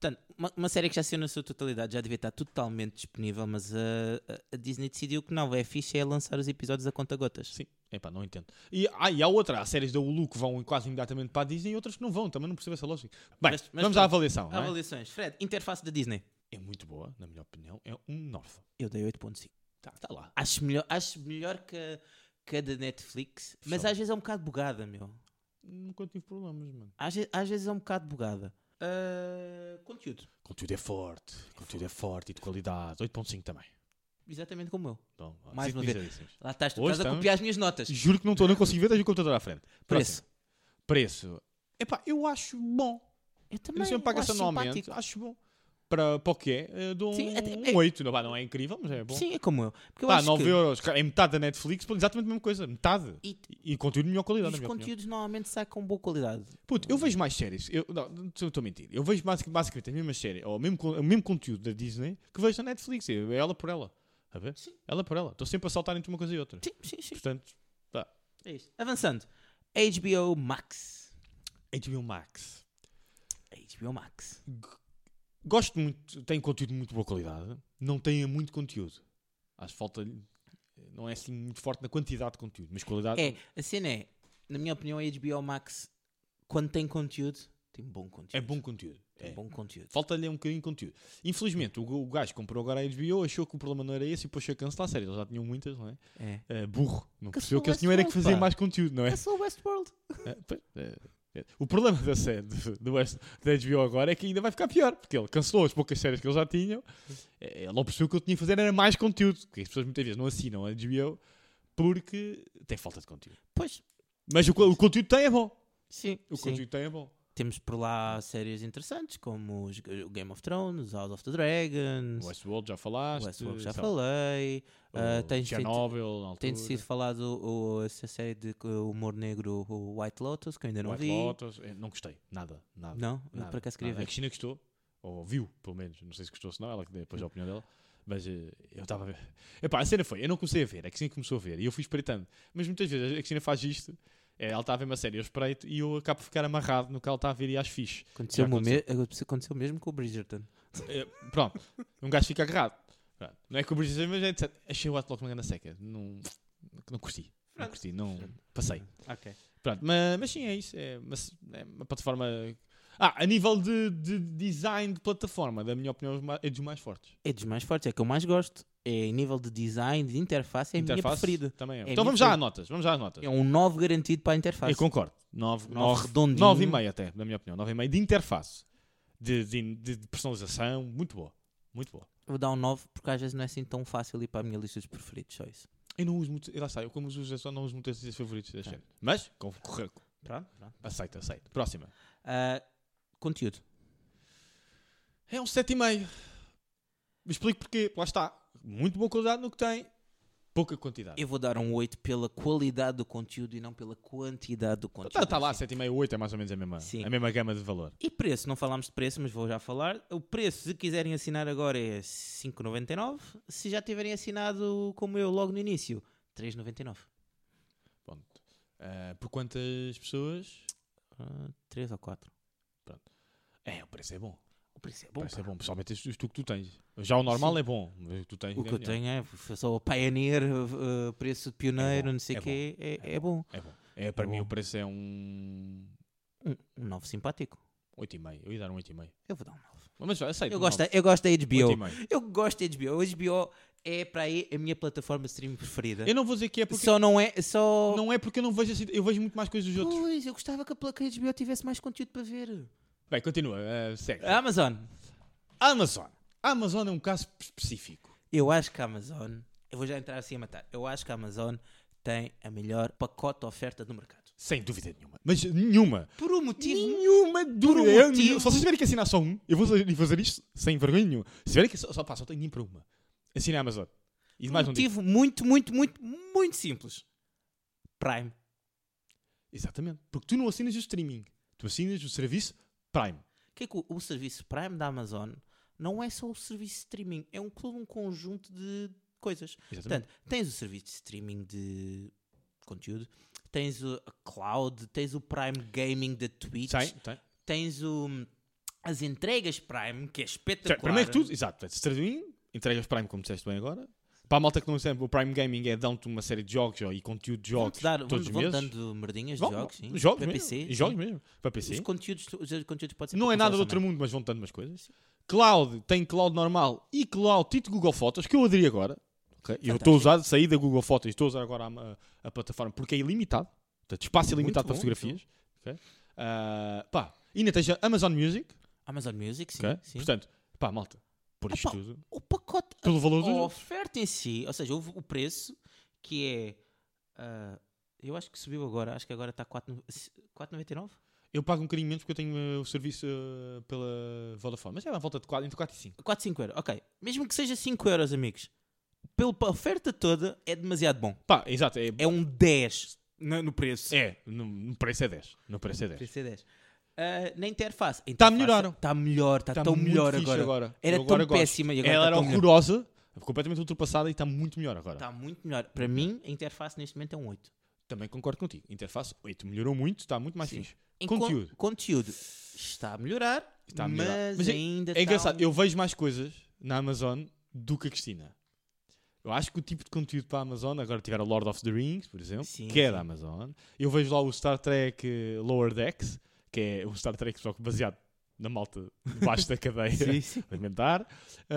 [SPEAKER 1] Portanto, uma, uma série que já saiu na sua totalidade já devia estar totalmente disponível, mas ah, a, a Disney decidiu que não, é fixe é lançar os episódios a conta-gotas.
[SPEAKER 2] Sim. Epá, não entendo. E, ah, e há outra. Há séries da Hulu que vão quase imediatamente para a Disney e outras que não vão. Também não percebo essa lógica. Bem,
[SPEAKER 1] Mas- mas
[SPEAKER 2] vamos
[SPEAKER 1] pronto.
[SPEAKER 2] à avaliação. não é?
[SPEAKER 1] Avaliações. Fred, interface da Disney.
[SPEAKER 2] É muito boa, na minha opinião. É um norte.
[SPEAKER 1] Eu dei 8.5.
[SPEAKER 2] Tá, tá lá.
[SPEAKER 1] Acho melhor, acho melhor que, a- que a da Netflix, mas
[SPEAKER 2] Só.
[SPEAKER 1] às vezes é um bocado bugada, meu.
[SPEAKER 2] Nunca tive problemas, mano.
[SPEAKER 1] Às, ve- às vezes é um bocado bugada. Ah, conteúdo.
[SPEAKER 2] Conteúdo é forte. Conteúdo é forte e de qualidade. 8.5 também.
[SPEAKER 1] Exatamente como eu.
[SPEAKER 2] Então, ó,
[SPEAKER 1] Mais uma vez.
[SPEAKER 2] sintonizadíssimos.
[SPEAKER 1] Lá estás tu,
[SPEAKER 2] Hoje
[SPEAKER 1] estás a
[SPEAKER 2] estamos-
[SPEAKER 1] copiar as minhas notas.
[SPEAKER 2] Juro que não estou, não consigo ver, tens o computador à frente.
[SPEAKER 1] Preço.
[SPEAKER 2] Próximo. Preço. Epá, eu acho bom.
[SPEAKER 1] Eu
[SPEAKER 2] Eu não
[SPEAKER 1] também.
[SPEAKER 2] sei
[SPEAKER 1] eu
[SPEAKER 2] onde paga
[SPEAKER 1] acho
[SPEAKER 2] anualmente.
[SPEAKER 1] simpático.
[SPEAKER 2] Acho bom. Para, para o que é, eh, dou um,
[SPEAKER 1] Sim, até-
[SPEAKER 2] um 8. Não, pá, não é incrível, mas é bom.
[SPEAKER 1] Sim, é como eu. Porque eu
[SPEAKER 2] Pá,
[SPEAKER 1] acho
[SPEAKER 2] 9
[SPEAKER 1] que...
[SPEAKER 2] euros. cara, É metade da Netflix, pô, exatamente a mesma coisa. Metade.
[SPEAKER 1] E-
[SPEAKER 2] E, conteúdo de melhor
[SPEAKER 1] E
[SPEAKER 2] qualidade,
[SPEAKER 1] os
[SPEAKER 2] na minha opinião.
[SPEAKER 1] conteúdos normalmente saem com boa qualidade.
[SPEAKER 2] Puto, eu vejo mais séries. Eu, não, não estou estou a mentir. Eu vejo basic- basicamente a mesma série, ou o mesmo, con- o mesmo conteúdo da Disney que vejo na Netflix. É ela por ela. A ver?
[SPEAKER 1] Sim.
[SPEAKER 2] Ela por ela. Estou sempre a saltar entre uma coisa e outra.
[SPEAKER 1] Sim, sim, sim.
[SPEAKER 2] Portanto,
[SPEAKER 1] É isto. Avançando. HBO Max.
[SPEAKER 2] HBO Max.
[SPEAKER 1] HBO Max.
[SPEAKER 2] Gosto muito, tem conteúdo de muito boa qualidade. Não tem muito conteúdo. Acho que falta. Não é assim muito forte na quantidade de conteúdo, mas qualidade.
[SPEAKER 1] É, a cena é, na minha opinião, a HBO Max, quando tem conteúdo, tem bom conteúdo.
[SPEAKER 2] é bom conteúdo.
[SPEAKER 1] Tem
[SPEAKER 2] É.
[SPEAKER 1] bom conteúdo.
[SPEAKER 2] Falta-lhe um bocadinho de conteúdo. Infelizmente, o, o gajo que comprou agora a HBO, achou que o problema não era esse e puxou a cancelar a série. Eles já tinham muitas, não é?
[SPEAKER 1] É.
[SPEAKER 2] É, burro. Não
[SPEAKER 1] Que
[SPEAKER 2] percebeu
[SPEAKER 1] sou
[SPEAKER 2] que eles tinham era que
[SPEAKER 1] Westworld,
[SPEAKER 2] fazer
[SPEAKER 1] pá.
[SPEAKER 2] mais conteúdo, não é?
[SPEAKER 1] (laughs) É só o Westworld.
[SPEAKER 2] É, pois, é, é. O problema da série do, do West, da HBO agora é que ainda vai ficar pior, porque ele cancelou as poucas séries que ele já tinha. É, Ele percebeu que eu tinha que fazer era mais conteúdo, porque as pessoas muitas vezes não assinam a HBO porque tem falta de conteúdo.
[SPEAKER 1] Pois,
[SPEAKER 2] Mas o, co- o conteúdo tem é bom.
[SPEAKER 1] sim.
[SPEAKER 2] O
[SPEAKER 1] sim.
[SPEAKER 2] conteúdo tem é bom.
[SPEAKER 1] Temos por lá séries interessantes, como os- o Game of Thrones, House of the Dragons,
[SPEAKER 2] O Westworld já falaste.
[SPEAKER 1] Westworld já
[SPEAKER 2] sei lá,
[SPEAKER 1] falei. ah,
[SPEAKER 2] o
[SPEAKER 1] tens- tem-
[SPEAKER 2] Chernobyl, na
[SPEAKER 1] Tem
[SPEAKER 2] altura.
[SPEAKER 1] sido falado o, essa série de co- humor negro, o White Lotus, que eu ainda não
[SPEAKER 2] White
[SPEAKER 1] vi.
[SPEAKER 2] Lotus. É, Não gostei. Nada. Nada.
[SPEAKER 1] Não, eu
[SPEAKER 2] Nada,
[SPEAKER 1] por acaso queria
[SPEAKER 2] nada. É A
[SPEAKER 1] ver.
[SPEAKER 2] Cristina gostou, ou viu, pelo menos. Não sei se gostou ou se não, ela que deu depois a opinião dela. Mas eh, eu estava a ver. Epá, a cena foi, eu não comecei a ver, a Cristina começou a ver e eu fui espreitando. Mas muitas vezes a Cristina faz isto, eh, ela está a ver uma série, eu espreito e eu acabo de ficar amarrado no que ela está a ver e acho fixe.
[SPEAKER 1] Aconteceu,
[SPEAKER 2] Já aconteceu.
[SPEAKER 1] aconteceu mesmo com o Bridgerton.
[SPEAKER 2] Eh, pronto, um gajo fica agarrado. Pronto. Não é que o Bridget, mas é etc. Achei o Outlook uma grande seca. Não, não curti. Não curti, não. Passei.
[SPEAKER 1] Ok.
[SPEAKER 2] Pronto, mas, mas sim, é isso. É uma, é uma plataforma. Ah, a nível de, de design de plataforma, da minha opinião, é dos mais fortes.
[SPEAKER 1] É dos mais fortes, é que eu mais gosto. É em nível de design, de interface, é a minha
[SPEAKER 2] Interface
[SPEAKER 1] preferida.
[SPEAKER 2] Também é.
[SPEAKER 1] É a
[SPEAKER 2] então
[SPEAKER 1] minha
[SPEAKER 2] vamos já a
[SPEAKER 1] preferida.
[SPEAKER 2] notas. Vamos já a notas.
[SPEAKER 1] É um 9 garantido para a interface.
[SPEAKER 2] Eu concordo. 9,
[SPEAKER 1] Nove redondinho.
[SPEAKER 2] 9 e meio até, na minha opinião. 9 e meio de interface. De, de, de personalização, muito boa. Muito boa.
[SPEAKER 1] Vou dar um 9 porque às vezes não é assim tão fácil ir para a minha lista dos preferidos, só isso.
[SPEAKER 2] Eu não uso muito. Lá está, eu como uso os só não uso muito esses favoritos das séries. É. Mas, com- corre-
[SPEAKER 1] Pronto, pronto.
[SPEAKER 2] aceito, aceito. Próxima.
[SPEAKER 1] Ah, conteúdo.
[SPEAKER 2] É um 7,5. Me explico porquê. Lá está. Muito boa qualidade no que tem, pouca quantidade.
[SPEAKER 1] Eu vou dar um 8 pela qualidade do conteúdo e não pela quantidade do conteúdo.
[SPEAKER 2] Está tá lá, 7,5, 8 é mais ou menos a mesma,
[SPEAKER 1] tipo assim. Sim.
[SPEAKER 2] a mesma gama de valor.
[SPEAKER 1] E preço, não falámos de preço, mas vou já falar. O preço, se quiserem assinar agora, é 5,99. Se já tiverem assinado como eu logo no início, 3,99.
[SPEAKER 2] Ah, por quantas pessoas?
[SPEAKER 1] Ah, três ou quatro.
[SPEAKER 2] É, o preço é bom.
[SPEAKER 1] O preço é
[SPEAKER 2] O
[SPEAKER 1] bom.
[SPEAKER 2] preço é
[SPEAKER 1] pá.
[SPEAKER 2] bom, principalmente os tu que tu tens. Já o normal
[SPEAKER 1] Sim.
[SPEAKER 2] é bom, mas o que tu tens
[SPEAKER 1] O que
[SPEAKER 2] ainda
[SPEAKER 1] eu
[SPEAKER 2] é melhor.
[SPEAKER 1] tenho é foi só o Pioneer, eh, eh, preço de pioneiro,
[SPEAKER 2] bom,
[SPEAKER 1] não sei o
[SPEAKER 2] é
[SPEAKER 1] quê. É, é bom.
[SPEAKER 2] É bom. É, para
[SPEAKER 1] É
[SPEAKER 2] mim
[SPEAKER 1] bom.
[SPEAKER 2] o preço é um
[SPEAKER 1] Um, um novo simpático.
[SPEAKER 2] 8,5. Eu ia dar um 8,5.
[SPEAKER 1] Eu vou dar um novo.
[SPEAKER 2] Mas vai, aceito.
[SPEAKER 1] Eu
[SPEAKER 2] um
[SPEAKER 1] gosto,
[SPEAKER 2] nove.
[SPEAKER 1] eu gosto da HBO.
[SPEAKER 2] 8,5.
[SPEAKER 1] Eu gosto da HBO. A HBO é para aí a minha plataforma de streaming preferida.
[SPEAKER 2] Eu não vou dizer que é porque.
[SPEAKER 1] Só não é. Só.
[SPEAKER 2] Não é porque eu não vejo assim. Eu vejo muito mais coisas dos outros.
[SPEAKER 1] Pois, eu gostava que a placa HBO tivesse mais conteúdo para ver.
[SPEAKER 2] Bem, continua. eh, segue.
[SPEAKER 1] A Amazon.
[SPEAKER 2] Amazon. A Amazon é um caso específico.
[SPEAKER 1] Eu acho que a Amazon. Eu vou já entrar assim a matar. Eu acho que a Amazon tem a melhor pacote de oferta do mercado.
[SPEAKER 2] Sem dúvida nenhuma. Mas nenhuma.
[SPEAKER 1] Por um motivo.
[SPEAKER 2] Nenhuma
[SPEAKER 1] um
[SPEAKER 2] dúvida. Eu-
[SPEAKER 1] motivo-
[SPEAKER 2] Se vocês tiverem que assinar só um, eu vou fazer- fazer isto sem vergonha nenhuma. Se tiverem que. Só, só, pá, só tenho dinheiro para uma. Assina a Amazon. E
[SPEAKER 1] Um
[SPEAKER 2] mais não digo.
[SPEAKER 1] motivo muito, muito, muito, muito simples. Prime.
[SPEAKER 2] Exatamente. Porque tu não assinas o streaming. Tu assinas o serviço Prime.
[SPEAKER 1] Que é que o, o serviço Prime da Amazon não é só o serviço de streaming, é um, todo um conjunto de coisas.
[SPEAKER 2] Exatamente.
[SPEAKER 1] Portanto, tens o serviço de streaming de conteúdo, tens o a cloud, tens o Prime Gaming da Twitch,
[SPEAKER 2] Tem, tem.
[SPEAKER 1] tens o, hum, as entregas Prime, que é espetacular.
[SPEAKER 2] Certo, Primeiro que tudo, exato. portanto, Streaming, entregas Prime, como disseste bem agora. Para a malta que não sabe, o Prime Gaming é dão-te uma série de jogos ó, e conteúdo de jogos
[SPEAKER 1] Vão-te dar,
[SPEAKER 2] todos
[SPEAKER 1] vão,
[SPEAKER 2] os
[SPEAKER 1] vão
[SPEAKER 2] meses.
[SPEAKER 1] dando merdinhas de
[SPEAKER 2] Vão-
[SPEAKER 1] jogos, sim.
[SPEAKER 2] Jogos
[SPEAKER 1] para
[SPEAKER 2] mesmo.
[SPEAKER 1] PC.
[SPEAKER 2] e jogos
[SPEAKER 1] sim.
[SPEAKER 2] mesmo. Para PC.
[SPEAKER 1] Os conteúdos, os conteúdos podem ser
[SPEAKER 2] Não
[SPEAKER 1] para
[SPEAKER 2] é nada
[SPEAKER 1] consoles
[SPEAKER 2] do outro
[SPEAKER 1] também.
[SPEAKER 2] mundo, mas vão dando umas coisas. Cloud, tem cloud normal e cloud tipo Google Fotos, que eu aderi agora. ok? Eu estou a usar, saí da Google Fotos e estou a usar agora a, a plataforma porque é ilimitado. Portanto, espaço ilimitado para
[SPEAKER 1] bom,
[SPEAKER 2] fotografias. ok? Ah, pá, ainda tens a Amazon Music.
[SPEAKER 1] Amazon Music, sim.
[SPEAKER 2] ok?
[SPEAKER 1] sim.
[SPEAKER 2] Portanto, pá, malta, por
[SPEAKER 1] Ah,
[SPEAKER 2] isto
[SPEAKER 1] pá,
[SPEAKER 2] tudo,
[SPEAKER 1] o pacote, a-
[SPEAKER 2] pelo valor
[SPEAKER 1] a,
[SPEAKER 2] dos jogos.
[SPEAKER 1] oferta em si, ou seja, houve o preço que é. ah, eu acho que subiu agora, acho que agora está 4,9 4,99?
[SPEAKER 2] Eu pago um bocadinho menos porque eu tenho eh, o serviço eh, pela Vodafone. Mas é à volta de 4, entre 4 e 5.
[SPEAKER 1] 4, 5 euros, ok. Mesmo que seja 5 euros, amigos, pela pa- oferta toda é demasiado bom.
[SPEAKER 2] Pá, exato. É,
[SPEAKER 1] É um 10 no, no preço.
[SPEAKER 2] é, no, no preço é 10. No preço é 10.
[SPEAKER 1] Preço é 10. Ah, na interface. a
[SPEAKER 2] Tá a
[SPEAKER 1] interface
[SPEAKER 2] melhorar.
[SPEAKER 1] Está melhor, está
[SPEAKER 2] Tá
[SPEAKER 1] tão
[SPEAKER 2] muito
[SPEAKER 1] melhor
[SPEAKER 2] fixe
[SPEAKER 1] agora. Era
[SPEAKER 2] Eu agora
[SPEAKER 1] tão
[SPEAKER 2] gosto.
[SPEAKER 1] péssima e agora
[SPEAKER 2] Ela
[SPEAKER 1] tá
[SPEAKER 2] era
[SPEAKER 1] tão melhor. Tá.
[SPEAKER 2] horrorosa, completamente ultrapassada e está muito melhor agora.
[SPEAKER 1] Está muito melhor. Para mim, a interface neste momento é um 8.
[SPEAKER 2] Também concordo contigo. Interface 8 melhorou muito, está muito mais
[SPEAKER 1] Sim.
[SPEAKER 2] fixe.
[SPEAKER 1] Em con-
[SPEAKER 2] Conteúdo.
[SPEAKER 1] conteúdo está a melhorar,
[SPEAKER 2] Está a melhorar.
[SPEAKER 1] mas,
[SPEAKER 2] Mas é-
[SPEAKER 1] ainda
[SPEAKER 2] É
[SPEAKER 1] está
[SPEAKER 2] engraçado,
[SPEAKER 1] um-
[SPEAKER 2] eu vejo mais coisas na Amazon do que a Cristina. Eu acho que o tipo de conteúdo para a Amazon, agora tiver o Lord of the Rings, por exemplo,
[SPEAKER 1] Sim,
[SPEAKER 2] que é
[SPEAKER 1] sim.
[SPEAKER 2] da Amazon. Eu vejo lá o Star Trek eh, Lower Decks, que é um Star Trek só que baseado na malta
[SPEAKER 1] (laughs)
[SPEAKER 2] debaixo da cadeia (laughs)
[SPEAKER 1] Sim, sim.
[SPEAKER 2] alimentar.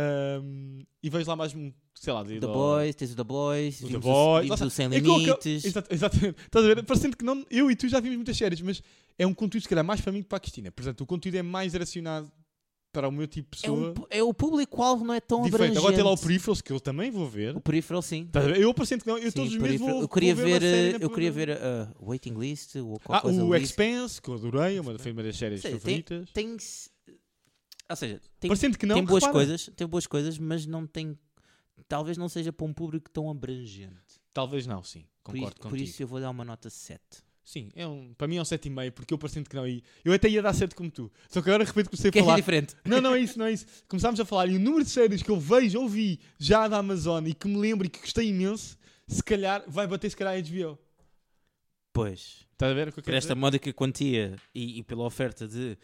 [SPEAKER 2] Ahm, e vejo lá mais, um, sei lá, de-
[SPEAKER 1] The
[SPEAKER 2] do-
[SPEAKER 1] Boys, tens o The Boys,
[SPEAKER 2] O
[SPEAKER 1] vimos
[SPEAKER 2] The Boys,
[SPEAKER 1] vimos
[SPEAKER 2] lá
[SPEAKER 1] o Sem
[SPEAKER 2] É aquilo que eu-
[SPEAKER 1] Limites.
[SPEAKER 2] Exato- (laughs) exatamente. Estás a ver? Parecendo que não, eu e tu já vimos muitas séries, mas é um conteúdo, se calhar, mais para mim que para a Cristina. Portanto, o conteúdo é mais direcionado para o meu tipo de
[SPEAKER 1] é,
[SPEAKER 2] pessoa.
[SPEAKER 1] um pu- é o público-alvo não é tão
[SPEAKER 2] diferente.
[SPEAKER 1] abrangente.
[SPEAKER 2] Agora tem lá o Peripherals, que eu também vou ver.
[SPEAKER 1] O Peripheral, sim.
[SPEAKER 2] Estás a ver? Eu parecendo que não. Eu
[SPEAKER 1] Sim,
[SPEAKER 2] todos os meses
[SPEAKER 1] Peripheral.
[SPEAKER 2] vou,
[SPEAKER 1] Eu queria
[SPEAKER 2] vou
[SPEAKER 1] ver,
[SPEAKER 2] uma série
[SPEAKER 1] uh,
[SPEAKER 2] na-
[SPEAKER 1] eu queria ver uh, uh, Waiting List ou qualquer
[SPEAKER 2] Ah,
[SPEAKER 1] coisa.
[SPEAKER 2] o
[SPEAKER 1] list.
[SPEAKER 2] Expanse, que eu adorei, é uma das primeiras séries
[SPEAKER 1] Sei, tem-
[SPEAKER 2] favoritas.
[SPEAKER 1] Tem, se- ou seja, tem,
[SPEAKER 2] Parecendo que não,
[SPEAKER 1] tem boas
[SPEAKER 2] repara.
[SPEAKER 1] coisas, tem boas coisas, mas não tem, talvez não seja para um público tão abrangente.
[SPEAKER 2] Talvez não, sim.
[SPEAKER 1] Por isso,
[SPEAKER 2] Concordo
[SPEAKER 1] por
[SPEAKER 2] contigo.
[SPEAKER 1] isso eu vou dar uma nota 7.
[SPEAKER 2] Sim, é um, para mim é um 7,5, porque eu parecendo que não. E eu até ia dar 7 como tu. Só que agora de repente comecei a
[SPEAKER 1] Que é
[SPEAKER 2] falar.
[SPEAKER 1] diferente.
[SPEAKER 2] Não, não é isso, não é isso. Começámos a falar e o número de séries que eu vejo, ouvi já da Amazon e que me lembro e que gostei imenso, se calhar vai bater, se calhar a HBO.
[SPEAKER 1] Pois.
[SPEAKER 2] Estás a ver o que eu
[SPEAKER 1] Por
[SPEAKER 2] quero
[SPEAKER 1] esta
[SPEAKER 2] dizer?
[SPEAKER 1] módica quantia e, e pela oferta de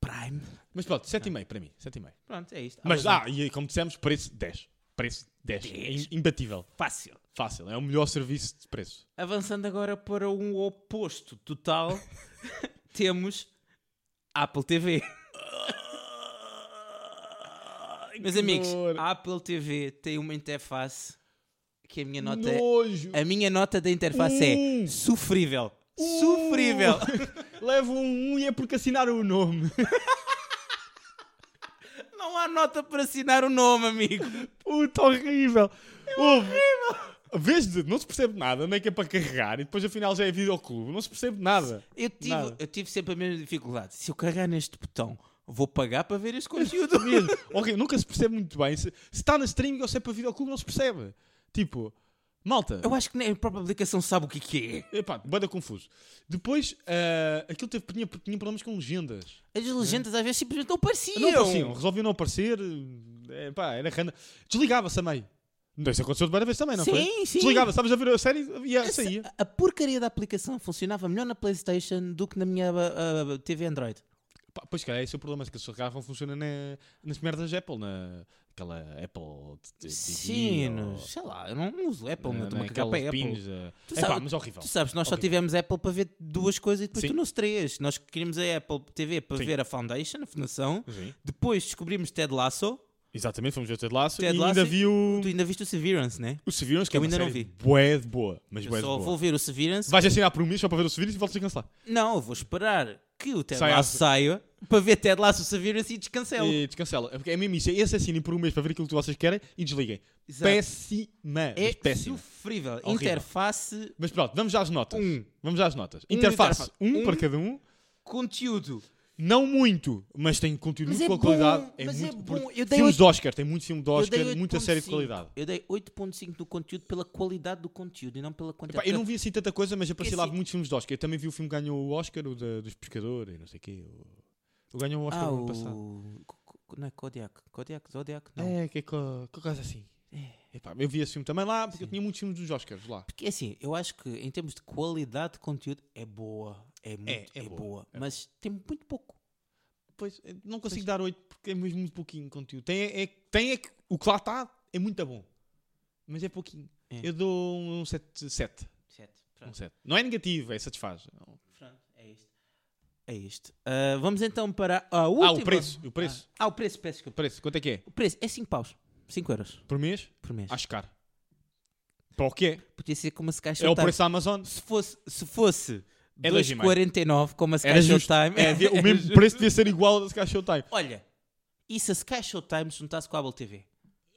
[SPEAKER 1] Prime.
[SPEAKER 2] Mas pronto, 7,5 para mim, 7,5.
[SPEAKER 1] Pronto, é isto.
[SPEAKER 2] Mas,
[SPEAKER 1] Amazon,
[SPEAKER 2] ah, e como dissemos, preço 10. Preço 10.
[SPEAKER 1] 10.
[SPEAKER 2] É imbatível.
[SPEAKER 1] fácil.
[SPEAKER 2] Fácil. É o melhor serviço de preço.
[SPEAKER 1] Avançando agora para um oposto (laughs) total, temos Apple TV. Meus
[SPEAKER 2] que
[SPEAKER 1] amigos,
[SPEAKER 2] dor.
[SPEAKER 1] a Apple TV tem uma interface que a minha nota é.
[SPEAKER 2] Nojo.
[SPEAKER 1] A minha nota da interface
[SPEAKER 2] Um.
[SPEAKER 1] é sofrível.
[SPEAKER 2] Uh.
[SPEAKER 1] Sofrível!
[SPEAKER 2] (laughs) Levo um 1 e é porque assinaram o nome.
[SPEAKER 1] Não há nota para assinar o nome, amigo.
[SPEAKER 2] Puta, horrível.
[SPEAKER 1] É
[SPEAKER 2] horrível. Vês, de- não se percebe nada, nem que é para carregar e depois afinal já é videoclube. Não se percebe nada.
[SPEAKER 1] Eu tive,
[SPEAKER 2] Nada.
[SPEAKER 1] eu tive sempre a mesma dificuldade. Se eu carregar neste botão, vou pagar para ver este
[SPEAKER 2] (laughs)
[SPEAKER 1] conteúdo.
[SPEAKER 2] mesmo. Horrível. Nunca se percebe muito bem. Se se está na streaming ou se é para videoclube, não se percebe. Tipo, malta.
[SPEAKER 1] Eu acho que nem a própria aplicação sabe o que, que é.
[SPEAKER 2] Epá, banda confuso. Depois, ah, aquilo teve, tinha, tinha problemas com legendas.
[SPEAKER 1] é. As legendas às vezes simplesmente não pareciam.
[SPEAKER 2] Não apareciam, resolviam não aparecer. eh, pá, era random. Desligava-se a meio. Não, Isso aconteceu de várias vezes também, não foi?
[SPEAKER 1] Sim, sim.
[SPEAKER 2] Desligava, estavas a ver a série e
[SPEAKER 1] Essa-
[SPEAKER 2] saía.
[SPEAKER 1] A porcaria da aplicação funcionava melhor na PlayStation do que na minha ah, ah, TV Android.
[SPEAKER 2] Pá, pois, cara, esse é o problema. é que a sua garrafa funciona na- nas merdas da Apple, na aquela Apple t- t- TV.
[SPEAKER 1] Sim,
[SPEAKER 2] ou-
[SPEAKER 1] no- sei lá, eu não uso Apple,
[SPEAKER 2] na-
[SPEAKER 1] meu, estou-me a cagar
[SPEAKER 2] naquelas
[SPEAKER 1] para Apple.
[SPEAKER 2] pins, eh.
[SPEAKER 1] Tu
[SPEAKER 2] É
[SPEAKER 1] sabes-
[SPEAKER 2] pá, mas horrível.
[SPEAKER 1] Tu sabes, nós só
[SPEAKER 2] Horrível.
[SPEAKER 1] tivemos Apple para ver duas coisas e depois
[SPEAKER 2] Sim.
[SPEAKER 1] tornou-se três. Nós queríamos a Apple TV para
[SPEAKER 2] Sim.
[SPEAKER 1] ver a Foundation, a Fundação.
[SPEAKER 2] Sim.
[SPEAKER 1] Depois descobrimos Ted Lasso.
[SPEAKER 2] Exatamente, fomos ver o Ted Laço
[SPEAKER 1] Ted
[SPEAKER 2] e
[SPEAKER 1] Lasso
[SPEAKER 2] ainda
[SPEAKER 1] e-
[SPEAKER 2] vi o,
[SPEAKER 1] Tu ainda viste o Severance, né?
[SPEAKER 2] o Severance, que
[SPEAKER 1] Eu
[SPEAKER 2] é uma
[SPEAKER 1] ainda não
[SPEAKER 2] série
[SPEAKER 1] vi.
[SPEAKER 2] bué de boa, mas
[SPEAKER 1] Eu
[SPEAKER 2] bué de
[SPEAKER 1] só
[SPEAKER 2] boa.
[SPEAKER 1] vou ver o Severance.
[SPEAKER 2] Vais assinar por um mês só para ver o Severance e voltas a cancelar.
[SPEAKER 1] Não, eu vou esperar que o Ted
[SPEAKER 2] Saia a-
[SPEAKER 1] Lasso saia para ver Ted Lasso o Severance e descancelo.
[SPEAKER 2] E descancela. É porque É mesmo isso. é Esse assinem por um mês para ver aquilo que vocês querem e desliguem.
[SPEAKER 1] Exato.
[SPEAKER 2] Péssima.
[SPEAKER 1] É
[SPEAKER 2] mas péssima.
[SPEAKER 1] sofrível.
[SPEAKER 2] Horrível.
[SPEAKER 1] Interface,
[SPEAKER 2] Mas pronto, vamos já às notas.
[SPEAKER 1] Um.
[SPEAKER 2] Vamos já às notas.
[SPEAKER 1] Um
[SPEAKER 2] Interface,
[SPEAKER 1] interfa-
[SPEAKER 2] um,
[SPEAKER 1] um.
[SPEAKER 2] para cada um.
[SPEAKER 1] conteúdo.
[SPEAKER 2] Não muito, mas tem conteúdo
[SPEAKER 1] Mas
[SPEAKER 2] muito
[SPEAKER 1] é
[SPEAKER 2] boa qualidade.
[SPEAKER 1] bom, mas é
[SPEAKER 2] muito,
[SPEAKER 1] bom.
[SPEAKER 2] porque
[SPEAKER 1] Eu dei
[SPEAKER 2] filmes
[SPEAKER 1] oito-
[SPEAKER 2] de Oscar, tem muito filme de
[SPEAKER 1] Eu dei
[SPEAKER 2] Oscar, é muita
[SPEAKER 1] 8.5.
[SPEAKER 2] série de qualidade.
[SPEAKER 1] Eu dei 8.5 do conteúdo pela qualidade do conteúdo e não pela quantidade.
[SPEAKER 2] Pá, eu não vi assim tanta coisa, mas apareci lá
[SPEAKER 1] assim-
[SPEAKER 2] muitos filmes de Oscar. Eu também vi o filme que ganhou o Oscar, o da- dos pescadores, não sei o quê. O, o ganhou o Oscar
[SPEAKER 1] ah,
[SPEAKER 2] no
[SPEAKER 1] o...
[SPEAKER 2] ano passado.
[SPEAKER 1] Co- co- Não é Kodiak. Kodiak, Zodiac, não. É.
[SPEAKER 2] É, que é co- co- coisa assim. Epá, eu vi esse filme também lá, porque eu tinha muitos filmes dos Oscars lá.
[SPEAKER 1] Porque assim, eu acho que em termos de qualidade de conteúdo é boa. É muito, é,
[SPEAKER 2] é
[SPEAKER 1] boa,
[SPEAKER 2] boa, é
[SPEAKER 1] Mas tem muito pouco.
[SPEAKER 2] Pois, eh, não consigo dar 8 porque é mesmo muito pouquinho conteúdo. Tem é, tem é que o que lá está é muito bom, mas é pouquinho.
[SPEAKER 1] É.
[SPEAKER 2] Eu dou um 7. 7.
[SPEAKER 1] Certo.
[SPEAKER 2] Um 7. Não é negativo, é satisfaz.
[SPEAKER 1] É isto. É isto. Ah, vamos então para a última.
[SPEAKER 2] Ah, o preço, o preço.
[SPEAKER 1] Ah, o preço, peço desculpa.
[SPEAKER 2] Preço, quanto é que é?
[SPEAKER 1] O preço é 5 paus. 5 euros
[SPEAKER 2] Por mês?
[SPEAKER 1] por mês.
[SPEAKER 2] Acho caro. Para o que é?
[SPEAKER 1] Podia ser como se caixa
[SPEAKER 2] É o
[SPEAKER 1] Otário.
[SPEAKER 2] preço da (laughs) Amazon.
[SPEAKER 1] Se fosse, se fosse
[SPEAKER 2] É dois e meio.
[SPEAKER 1] 2,49 como a Sky
[SPEAKER 2] Era justo.
[SPEAKER 1] Showtime.
[SPEAKER 2] É, devia- o
[SPEAKER 1] era
[SPEAKER 2] mesmo
[SPEAKER 1] justo.
[SPEAKER 2] preço devia ser igual ao da Sky Showtime.
[SPEAKER 1] (laughs) Olha, e se a Sky Showtime se juntasse com a Apple TV?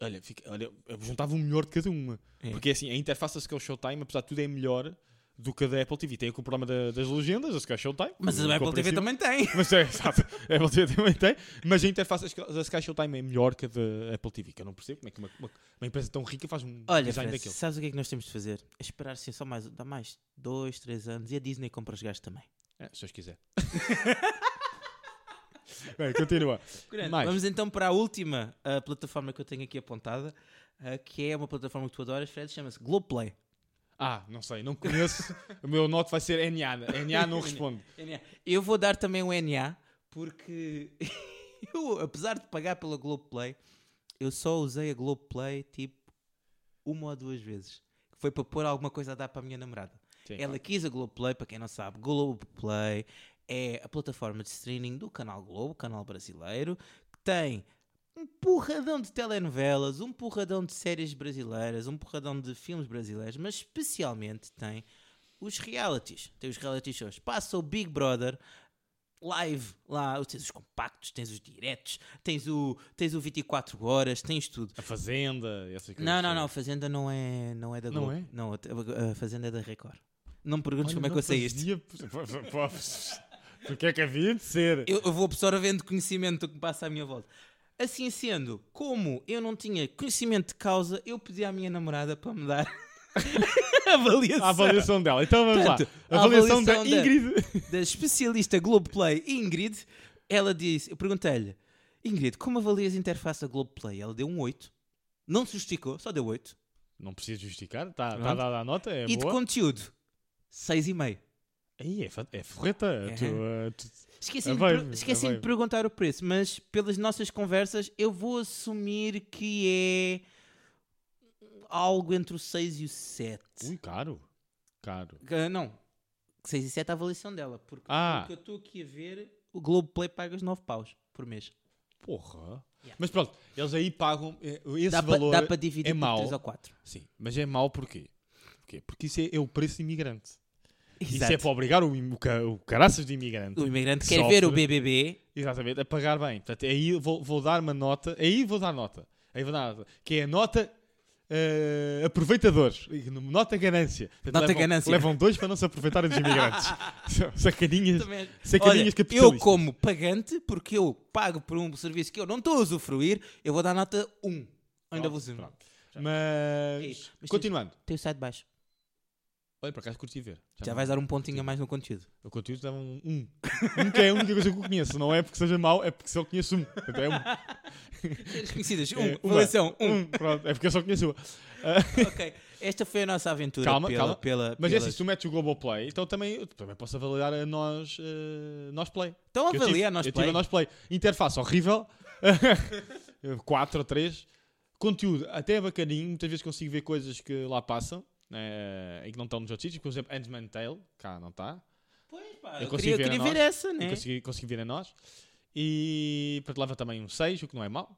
[SPEAKER 2] Olha, fica, olha, eu juntava o melhor de cada uma.
[SPEAKER 1] É.
[SPEAKER 2] Porque assim, a interface da Sky Showtime, apesar de tudo, é melhor do que a da Apple TV. Tem aqui o problema da- das legendas, da Sky Showtime.
[SPEAKER 1] Mas a Apple TV
[SPEAKER 2] compreensível.
[SPEAKER 1] também
[SPEAKER 2] (laughs)
[SPEAKER 1] tem.
[SPEAKER 2] Mas é, exato. A Apple TV também tem. Mas a interface da Sky- da Sky Showtime é melhor que a da Apple TV, que eu não percebo como é que uma, uma- uma empresa tão rica faz um
[SPEAKER 1] Olha,
[SPEAKER 2] design
[SPEAKER 1] Fred,
[SPEAKER 2] daquilo.
[SPEAKER 1] sabes o que é que nós temos de fazer? É esperar assim só mais, dá mais 2, 3 anos e a Disney compra os gajos também.
[SPEAKER 2] É, se Deus quiser. (laughs) Bem, continua. Mais.
[SPEAKER 1] Vamos então para a última ah, plataforma que eu tenho aqui apontada, ah, que é uma plataforma que tu adoras, Fred, chama-se Globoplay.
[SPEAKER 2] Ah, não sei, não conheço. o meu note vai ser NA. NA não responde.
[SPEAKER 1] NA. Eu vou dar também um NA, porque (laughs) eu, apesar de pagar pela Globoplay, eu só usei a Globoplay tipo uma ou duas vezes. Que foi para pôr alguma coisa a dar para a minha namorada.
[SPEAKER 2] Sim,
[SPEAKER 1] Ela quis É a Globoplay, para quem não sabe, Globoplay é a plataforma de streaming do Canal Globo, canal brasileiro, que tem um porradão de telenovelas, um porradão de séries brasileiras, um porradão de filmes brasileiros, mas especialmente tem os realities. Tem os reality shows. Passa o Big Brother live lá, tens os compactos, tens os diretos, tens o, tens o 24 horas, tens tudo.
[SPEAKER 2] A Fazenda, assim. essas coisas.
[SPEAKER 1] Não, não, não, a Fazenda não é, não é da
[SPEAKER 2] Não
[SPEAKER 1] Globo.
[SPEAKER 2] é?
[SPEAKER 1] Não, a a Fazenda é da Record. Não me perguntes
[SPEAKER 2] Olha,
[SPEAKER 1] como é que
[SPEAKER 2] não
[SPEAKER 1] eu sei isto.
[SPEAKER 2] fazia- Pô, pô, pô, Porque é que havia de ser?
[SPEAKER 1] Eu, eu vou absorvendo conhecimento do que passa à minha volta. Assim sendo, como eu não tinha conhecimento de causa, eu pedi à minha namorada para me dar (laughs) a avaliação,
[SPEAKER 2] A avaliação dela. Então vamos
[SPEAKER 1] Portanto,
[SPEAKER 2] lá.
[SPEAKER 1] a
[SPEAKER 2] A avaliação, da
[SPEAKER 1] avaliação da-
[SPEAKER 2] Ingrid.
[SPEAKER 1] da especialista Globoplay Ingrid. Ela disse, eu perguntei-lhe, Ingrid, como avalias a interface da Globoplay? Ela deu um 8. Não se justificou, só deu 8.
[SPEAKER 2] Não precisa justificar, está
[SPEAKER 1] Pronto.
[SPEAKER 2] tá dada a nota, é
[SPEAKER 1] e de
[SPEAKER 2] boa.
[SPEAKER 1] conteúdo, 6,5.
[SPEAKER 2] Aí é, fa- é forreta.
[SPEAKER 1] É.
[SPEAKER 2] Tu, uh, tu-
[SPEAKER 1] Esqueci,
[SPEAKER 2] A
[SPEAKER 1] de, per-
[SPEAKER 2] vibe, a
[SPEAKER 1] esqueci de
[SPEAKER 2] vibe.
[SPEAKER 1] perguntar o preço, mas pelas nossas conversas eu vou assumir que é algo entre o 6 e o 7.
[SPEAKER 2] Ui, caro. Caro.
[SPEAKER 1] Ah, não, 6 e 7 é a avaliação dela, porque
[SPEAKER 2] Ah.
[SPEAKER 1] o que eu estou aqui a ver, o Globoplay paga os 9 paus por mês.
[SPEAKER 2] Porra.
[SPEAKER 1] Yeah.
[SPEAKER 2] Mas pronto, eles aí pagam eh, esse
[SPEAKER 1] Dá
[SPEAKER 2] valor.
[SPEAKER 1] para dividir
[SPEAKER 2] é
[SPEAKER 1] por
[SPEAKER 2] mau.
[SPEAKER 1] 3 ou 4.
[SPEAKER 2] Sim, mas é mau porquê? porquê? Porque isso é, é o preço de imigrante. Isso é para obrigar o, im- o, ca- o caraças de imigrante.
[SPEAKER 1] O imigrante
[SPEAKER 2] que
[SPEAKER 1] quer
[SPEAKER 2] sofre.
[SPEAKER 1] ver o BBB,
[SPEAKER 2] Exatamente, a pagar bem. Portanto, aí eu vou, vou dar uma nota. Aí vou dar nota. Aí vou dar nota. Que é a nota eh, aproveitadores. Nota ganância. Portanto,
[SPEAKER 1] Nota
[SPEAKER 2] levam,
[SPEAKER 1] ganância.
[SPEAKER 2] Levam dois para não se
[SPEAKER 1] (laughs)
[SPEAKER 2] aproveitarem dos imigrantes. São Sacaninhas.
[SPEAKER 1] Também-
[SPEAKER 2] Sacaninhas
[SPEAKER 1] Olha,
[SPEAKER 2] capitalistas.
[SPEAKER 1] eu como pagante, porque eu pago por um serviço que eu não estou a usufruir, eu vou dar nota 1. Ainda
[SPEAKER 2] Pronto,
[SPEAKER 1] vou zoom.
[SPEAKER 2] pronto. Mas,
[SPEAKER 1] É isso. Mas tens-
[SPEAKER 2] continuando.
[SPEAKER 1] Tem o site de baixo.
[SPEAKER 2] Olha, por acaso curti ver.
[SPEAKER 1] Já vais dar um pontinho a mais no conteúdo.
[SPEAKER 2] O conteúdo dava um. Um. um que é a única coisa que eu conheço. Não é porque seja mau, é porque só conheço um. Portanto, É um.
[SPEAKER 1] (laughs) Cheiras conhecidas. Um,
[SPEAKER 2] É, uma.
[SPEAKER 1] relação. Um.
[SPEAKER 2] Um, pronto, é porque eu só conheço uma.
[SPEAKER 1] (laughs) ok. Esta foi a nossa aventura
[SPEAKER 2] Calma,
[SPEAKER 1] pela,
[SPEAKER 2] calma.
[SPEAKER 1] pela.
[SPEAKER 2] Mas é
[SPEAKER 1] pelas-
[SPEAKER 2] assim, se tu metes o Globoplay, então também, eu também posso avaliar a nós, eh, nós Play.
[SPEAKER 1] Então
[SPEAKER 2] Que eu tive-
[SPEAKER 1] avalia a nós
[SPEAKER 2] Eu tive
[SPEAKER 1] play.
[SPEAKER 2] a nós Play. Interface horrível. (laughs) 4 ou 3. Conteúdo até bacaninho. Muitas vezes consigo ver coisas que lá passam. eh, e que não estão nos outros sítios, por exemplo, Ant-Man Tale, cá não está.
[SPEAKER 1] Pois pá,
[SPEAKER 2] Eu
[SPEAKER 1] eu, queria,
[SPEAKER 2] consigo
[SPEAKER 1] eu
[SPEAKER 2] ver a
[SPEAKER 1] queria
[SPEAKER 2] nós.
[SPEAKER 1] ver essa,
[SPEAKER 2] E
[SPEAKER 1] né?
[SPEAKER 2] consegui, consegui vir a nós. E portanto, leva também um 6, o que não é mau.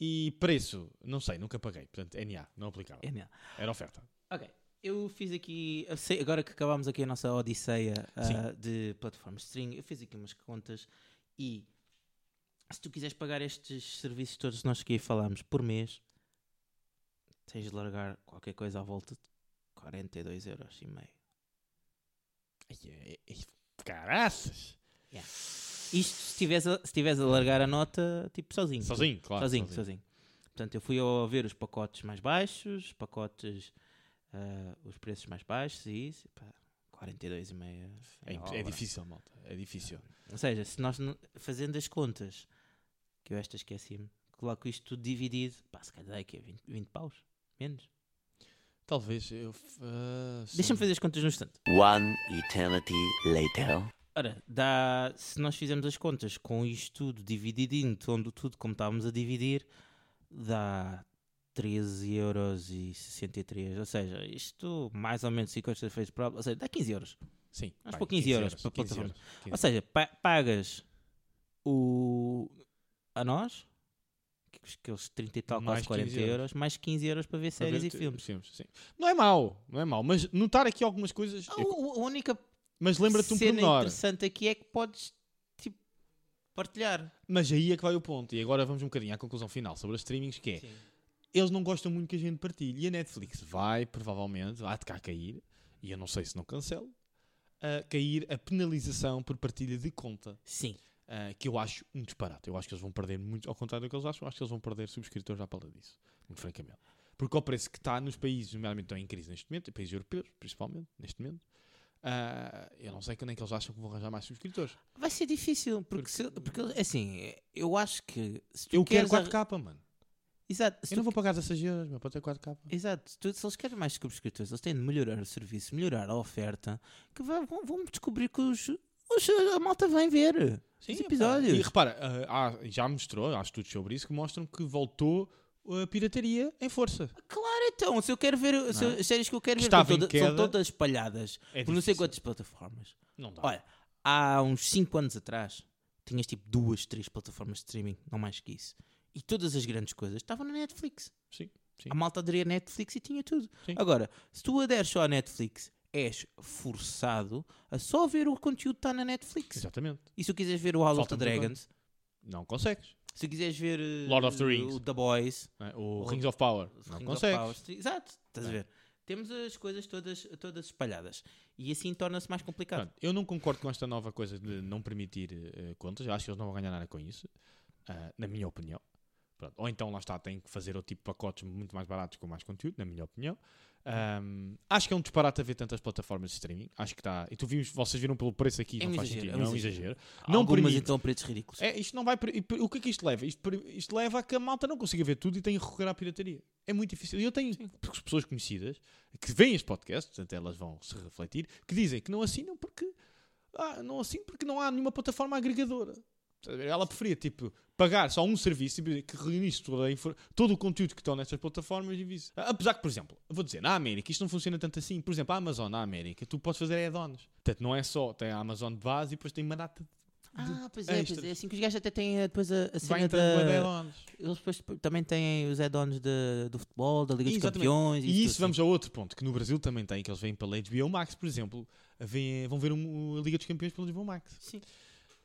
[SPEAKER 2] E preço, não sei, nunca paguei. Portanto, NA, não aplicava.
[SPEAKER 1] É mesmo.
[SPEAKER 2] Era oferta.
[SPEAKER 1] Ok. Eu fiz aqui, eu sei- agora que acabámos aqui a nossa odisseia ah,
[SPEAKER 2] Sim.
[SPEAKER 1] de plataformas de streaming, eu fiz aqui umas contas e se tu quiseres pagar estes serviços todos que nós aqui falámos por mês, tens de largar qualquer coisa à volta de 42 euros e meio.
[SPEAKER 2] Ai, ai, ai, Caraças!
[SPEAKER 1] Isto se estiveres a, se estiveres a largar a nota, tipo, sozinho.
[SPEAKER 2] Sozinho, claro.
[SPEAKER 1] sozinho, sozinho, Portanto, eu fui ao ver os pacotes mais baixos, pacotes, ah, os preços mais baixos e isso, pá, 42 e meia.
[SPEAKER 2] É, imp- é difícil, malta. É difícil.
[SPEAKER 1] Ou seja, se nós n- fazendo as contas, que eu esta esqueci-me, coloco isto tudo dividido, pá, se calhar é que é 20, 20 paus, menos.
[SPEAKER 2] Talvez eu. ah, sim.
[SPEAKER 1] Deixa-me fazer as contas no instante.
[SPEAKER 5] One eternity later.
[SPEAKER 1] Ora, dá, se nós fizermos as contas com isto tudo dividido, então tudo como estávamos a dividir, dá 13,63€. Ou seja, isto mais ou menos 50 fez prova. Ou seja, dá 15 euros.
[SPEAKER 2] Sim.
[SPEAKER 1] Vamos
[SPEAKER 2] vai,
[SPEAKER 1] pôr 15 euros para a
[SPEAKER 2] 15
[SPEAKER 1] plataforma.
[SPEAKER 2] euros,
[SPEAKER 1] Ou
[SPEAKER 2] 15.
[SPEAKER 1] seja, pa- pagas o. a nós, que- aqueles 30 e tal,
[SPEAKER 2] Mais
[SPEAKER 1] quase 40
[SPEAKER 2] 15 euros.
[SPEAKER 1] euros, mais 15 euros para ver
[SPEAKER 2] Para
[SPEAKER 1] séries
[SPEAKER 2] ver
[SPEAKER 1] e
[SPEAKER 2] te-
[SPEAKER 1] filmes.
[SPEAKER 2] filmes, sim. Não é mau, não é mau. Mas notar aqui algumas coisas.
[SPEAKER 1] A,
[SPEAKER 2] eu-
[SPEAKER 1] a única
[SPEAKER 2] mas lembra-te um
[SPEAKER 1] cena
[SPEAKER 2] pormenor.
[SPEAKER 1] interessante aqui é que podes tipo, partilhar.
[SPEAKER 2] Mas aí é que vai o ponto. E agora vamos um bocadinho à conclusão final sobre os streamings, que é.
[SPEAKER 1] Sim.
[SPEAKER 2] eles não gostam muito que a gente partilhe. E a Netflix vai, provavelmente, há de cá cair, e eu não sei se não cancelo, a cair a penalização por partilha de conta,
[SPEAKER 1] Sim.
[SPEAKER 2] ah, que eu acho um disparate. Eu acho que eles vão perder muito, ao contrário do que eles acham, eu acho que eles vão perder subscritores à pala disso, muito francamente. Porque ao preço que está nos países, nomeadamente estão em crise neste momento, em países europeus, principalmente, neste momento, ah, eu não sei quando é que eles acham que vão arranjar mais subscritores.
[SPEAKER 1] Vai ser difícil, porque, se- porque, assim, eu acho que se tu
[SPEAKER 2] Eu quero
[SPEAKER 1] queres a-
[SPEAKER 2] 4K, mano.
[SPEAKER 1] Exato, se
[SPEAKER 2] Eu
[SPEAKER 1] tu-
[SPEAKER 2] não vou pagar 16 euros, mas pode ter 4K.
[SPEAKER 1] exato. Se tu- se eles querem mais subscritores, eles têm de melhorar o serviço, melhorar a oferta, que vai- vão, vão descobrir que os, os- a malta vem ver os
[SPEAKER 2] epá.
[SPEAKER 1] episódios.
[SPEAKER 2] E repara, ah, há- já mostrou, há estudos sobre isso que mostram que voltou a pirataria em força.
[SPEAKER 1] Claro, então, se eu quero ver, se
[SPEAKER 2] Não é?
[SPEAKER 1] eu- as séries que eu quero
[SPEAKER 2] Que
[SPEAKER 1] ver são,
[SPEAKER 2] estava em
[SPEAKER 1] toda-
[SPEAKER 2] queda.
[SPEAKER 1] são todas espalhadas
[SPEAKER 2] É
[SPEAKER 1] por não sei
[SPEAKER 2] difícil.
[SPEAKER 1] quantas plataformas.
[SPEAKER 2] Não dá.
[SPEAKER 1] Olha, há uns 5 anos atrás, tinhas tipo duas, três plataformas de streaming, não mais que isso. E todas as grandes coisas estavam na Netflix.
[SPEAKER 2] Sim, sim.
[SPEAKER 1] A malta aderia à Netflix e tinha tudo.
[SPEAKER 2] Sim.
[SPEAKER 1] Agora, se tu aderes só à Netflix, és forçado a só ver o conteúdo que está na Netflix.
[SPEAKER 2] Exatamente.
[SPEAKER 1] E se tu quiseres ver o House of the
[SPEAKER 2] Falta muita
[SPEAKER 1] Dragons,
[SPEAKER 2] Não consegues.
[SPEAKER 1] se tu quiseres ver eh,
[SPEAKER 2] Lord of the
[SPEAKER 1] o-
[SPEAKER 2] Rings.
[SPEAKER 1] o The Boys,
[SPEAKER 2] não é? O
[SPEAKER 1] Ou-
[SPEAKER 2] Rings of Power.
[SPEAKER 1] Os
[SPEAKER 2] Não
[SPEAKER 1] Rings of Power
[SPEAKER 2] consegues. é?
[SPEAKER 1] Street. Exato, estás a ver? Temos as coisas todas, todas espalhadas. E assim torna-se mais complicado.
[SPEAKER 2] Pronto, eu não concordo com esta nova coisa de não permitir eh, contas. Eu acho que eles não vão ganhar nada com isso. ah, na minha opinião. Pronto, Ou então, lá está, tem que fazer outro tipo de pacotes muito mais baratos com mais conteúdo, na minha opinião. Ahm, acho que é um disparate haver tantas plataformas de streaming. Acho que está. E tu vimos, vocês viram pelo preço aqui,
[SPEAKER 1] É
[SPEAKER 2] não
[SPEAKER 1] um
[SPEAKER 2] faz
[SPEAKER 1] exagero,
[SPEAKER 2] sentido.
[SPEAKER 1] é um
[SPEAKER 2] não é um
[SPEAKER 1] exagero.
[SPEAKER 2] exagero. Não
[SPEAKER 1] Algumas
[SPEAKER 2] permite.
[SPEAKER 1] então preços ridículos.
[SPEAKER 2] É, isto não vai. per- e per- O que é que isto leva? Isto, per- isto leva a que a malta não consiga ver tudo e tenha que recorrer à pirataria. É muito difícil. E Eu tenho pe- pessoas conhecidas que veem este podcast, portanto elas vão se refletir, que dizem que não assinam porque. Ah, não assinam porque não há nenhuma plataforma agregadora. Estás a ver? Ela preferia, tipo, pagar só um serviço tipo, que reunisse toda a infor- todo o conteúdo que estão nestas plataformas e vice. A- Apesar que, por exemplo, vou dizer, na América isto não funciona tanto assim. Por exemplo, a Amazon, na América, tu podes fazer add-ons. Portanto, não é só, tem a Amazon de base e depois tem uma data de
[SPEAKER 1] Ah, pois é, pois
[SPEAKER 2] extras.
[SPEAKER 1] é. Assim que os gajos até têm eh, depois a, a
[SPEAKER 2] vai
[SPEAKER 1] cena
[SPEAKER 2] entrando uma de
[SPEAKER 1] da...
[SPEAKER 2] add-ons.
[SPEAKER 1] Eles depois tipo, também têm os add-ons de- do futebol, da Liga dos
[SPEAKER 2] Exatamente.
[SPEAKER 1] Campeões.
[SPEAKER 2] E isso
[SPEAKER 1] tudo, assim.
[SPEAKER 2] vamos a outro ponto, que no Brasil também tem, que eles vêm pela HBO Max, por exemplo, vêm- vão ver um- a Liga dos Campeões pela HBO Max.
[SPEAKER 1] Sim.